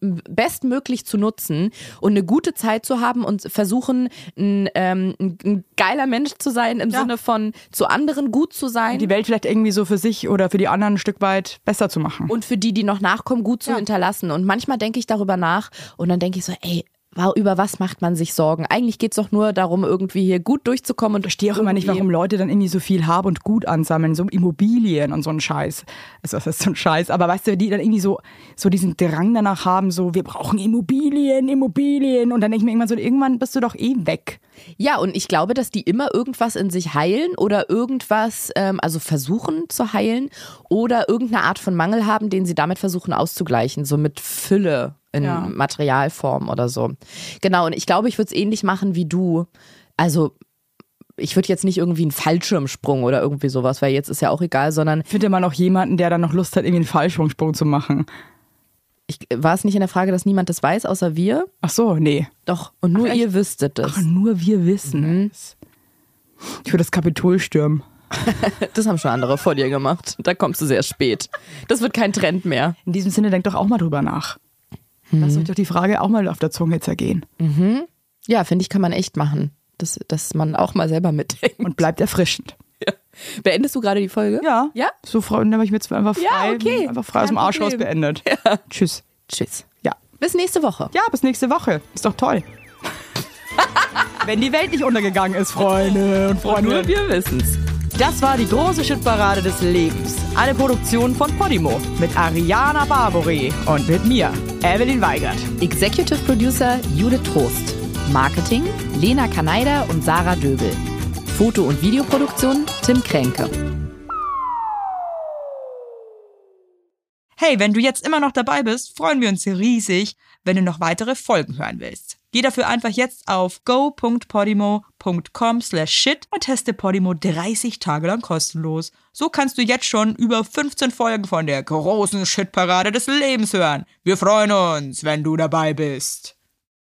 Speaker 2: bestmöglich zu nutzen und eine gute Zeit zu haben und versuchen, ein, ähm, ein, ein geiler Mensch zu sein, im
Speaker 3: Ja.
Speaker 2: Sinne von zu anderen gut zu sein
Speaker 3: Die Welt vielleicht irgendwie so für sich oder für die anderen ein Stück weit besser zu machen.
Speaker 2: und für die, die noch nachkommen, gut zu hinterlassen. Und manchmal denke ich darüber nach und dann denke ich so, ey, wa- über was macht man sich Sorgen? Eigentlich geht's doch nur darum, irgendwie hier gut durchzukommen. Und
Speaker 3: Ich verstehe auch immer nicht,
Speaker 2: irgendwie-
Speaker 3: warum Leute dann irgendwie so viel Hab und Gut ansammeln, so Immobilien und so ein Scheiß. Also das ist so ein Scheiß, aber weißt du, die dann irgendwie so, so diesen Drang danach haben, so wir brauchen Immobilien, Immobilien und dann denke ich mir irgendwann so, irgendwann bist du doch eh weg.
Speaker 2: Ja, und ich glaube, dass die immer irgendwas in sich heilen oder irgendwas, ähm, also versuchen zu heilen oder irgendeine Art von Mangel haben, den sie damit versuchen auszugleichen, so mit Fülle in
Speaker 3: Ja.
Speaker 2: Materialform oder so. Genau, und ich glaube, ich würde es ähnlich machen wie du. Also ich würde jetzt nicht irgendwie einen Fallschirmsprung oder irgendwie sowas, weil jetzt ist ja auch egal, sondern
Speaker 3: Finde mal noch jemanden, der dann noch Lust hat, irgendwie einen Fallschirmsprung zu machen.
Speaker 2: ich, war es nicht in der Frage, dass niemand das weiß, außer wir?
Speaker 3: Ach so, nee.
Speaker 2: Doch, und nur ihr wüsstet es.
Speaker 3: Ach, Oh nur wir wissen es. Ich würde das Kapitol stürmen.
Speaker 2: Das haben schon andere vor dir gemacht. Da kommst du sehr spät. Das wird kein Trend mehr.
Speaker 3: In diesem Sinne, denkt doch auch mal drüber nach. Lasst euch doch die Frage auch mal auf der Zunge zergehen.
Speaker 2: Ja, finde ich, kann man echt machen. Dass, dass man auch mal selber mitdenkt.
Speaker 3: Und bleibt erfrischend.
Speaker 2: Beendest du gerade die Folge?
Speaker 3: Ja.
Speaker 2: Ja?
Speaker 3: So frei, dann habe ich mir jetzt einfach frei,
Speaker 2: Ja, okay.
Speaker 3: einfach frei aus
Speaker 2: Kein
Speaker 3: dem Arsch raus
Speaker 2: Problem.
Speaker 3: beendet. Tschüss.
Speaker 2: Tschüss.
Speaker 3: Ja.
Speaker 2: Bis nächste Woche.
Speaker 3: Ja, bis nächste Woche. Ist doch toll. Wenn die Welt nicht untergegangen ist, Freunde und Freunde.
Speaker 2: wir wissen's.
Speaker 3: Das war die große Shitparade des Lebens. Eine Produktion von Podimo mit Ariana Barbori und mit mir, Evelyn Weigert.
Speaker 2: Executive Producer Judith Trost. Marketing Lena Kaneider und Sarah Döbel. Foto- und Videoproduktion Tim Kränke.
Speaker 1: Hey, wenn du jetzt immer noch dabei bist, freuen wir uns riesig, wenn du noch weitere Folgen hören willst. Geh dafür einfach jetzt auf go.podimo.com slash shit und teste Podimo 30 Tage lang kostenlos. So kannst du jetzt schon über 15 Folgen von der großen Shitparade des Lebens hören. Wir freuen uns, wenn du dabei bist.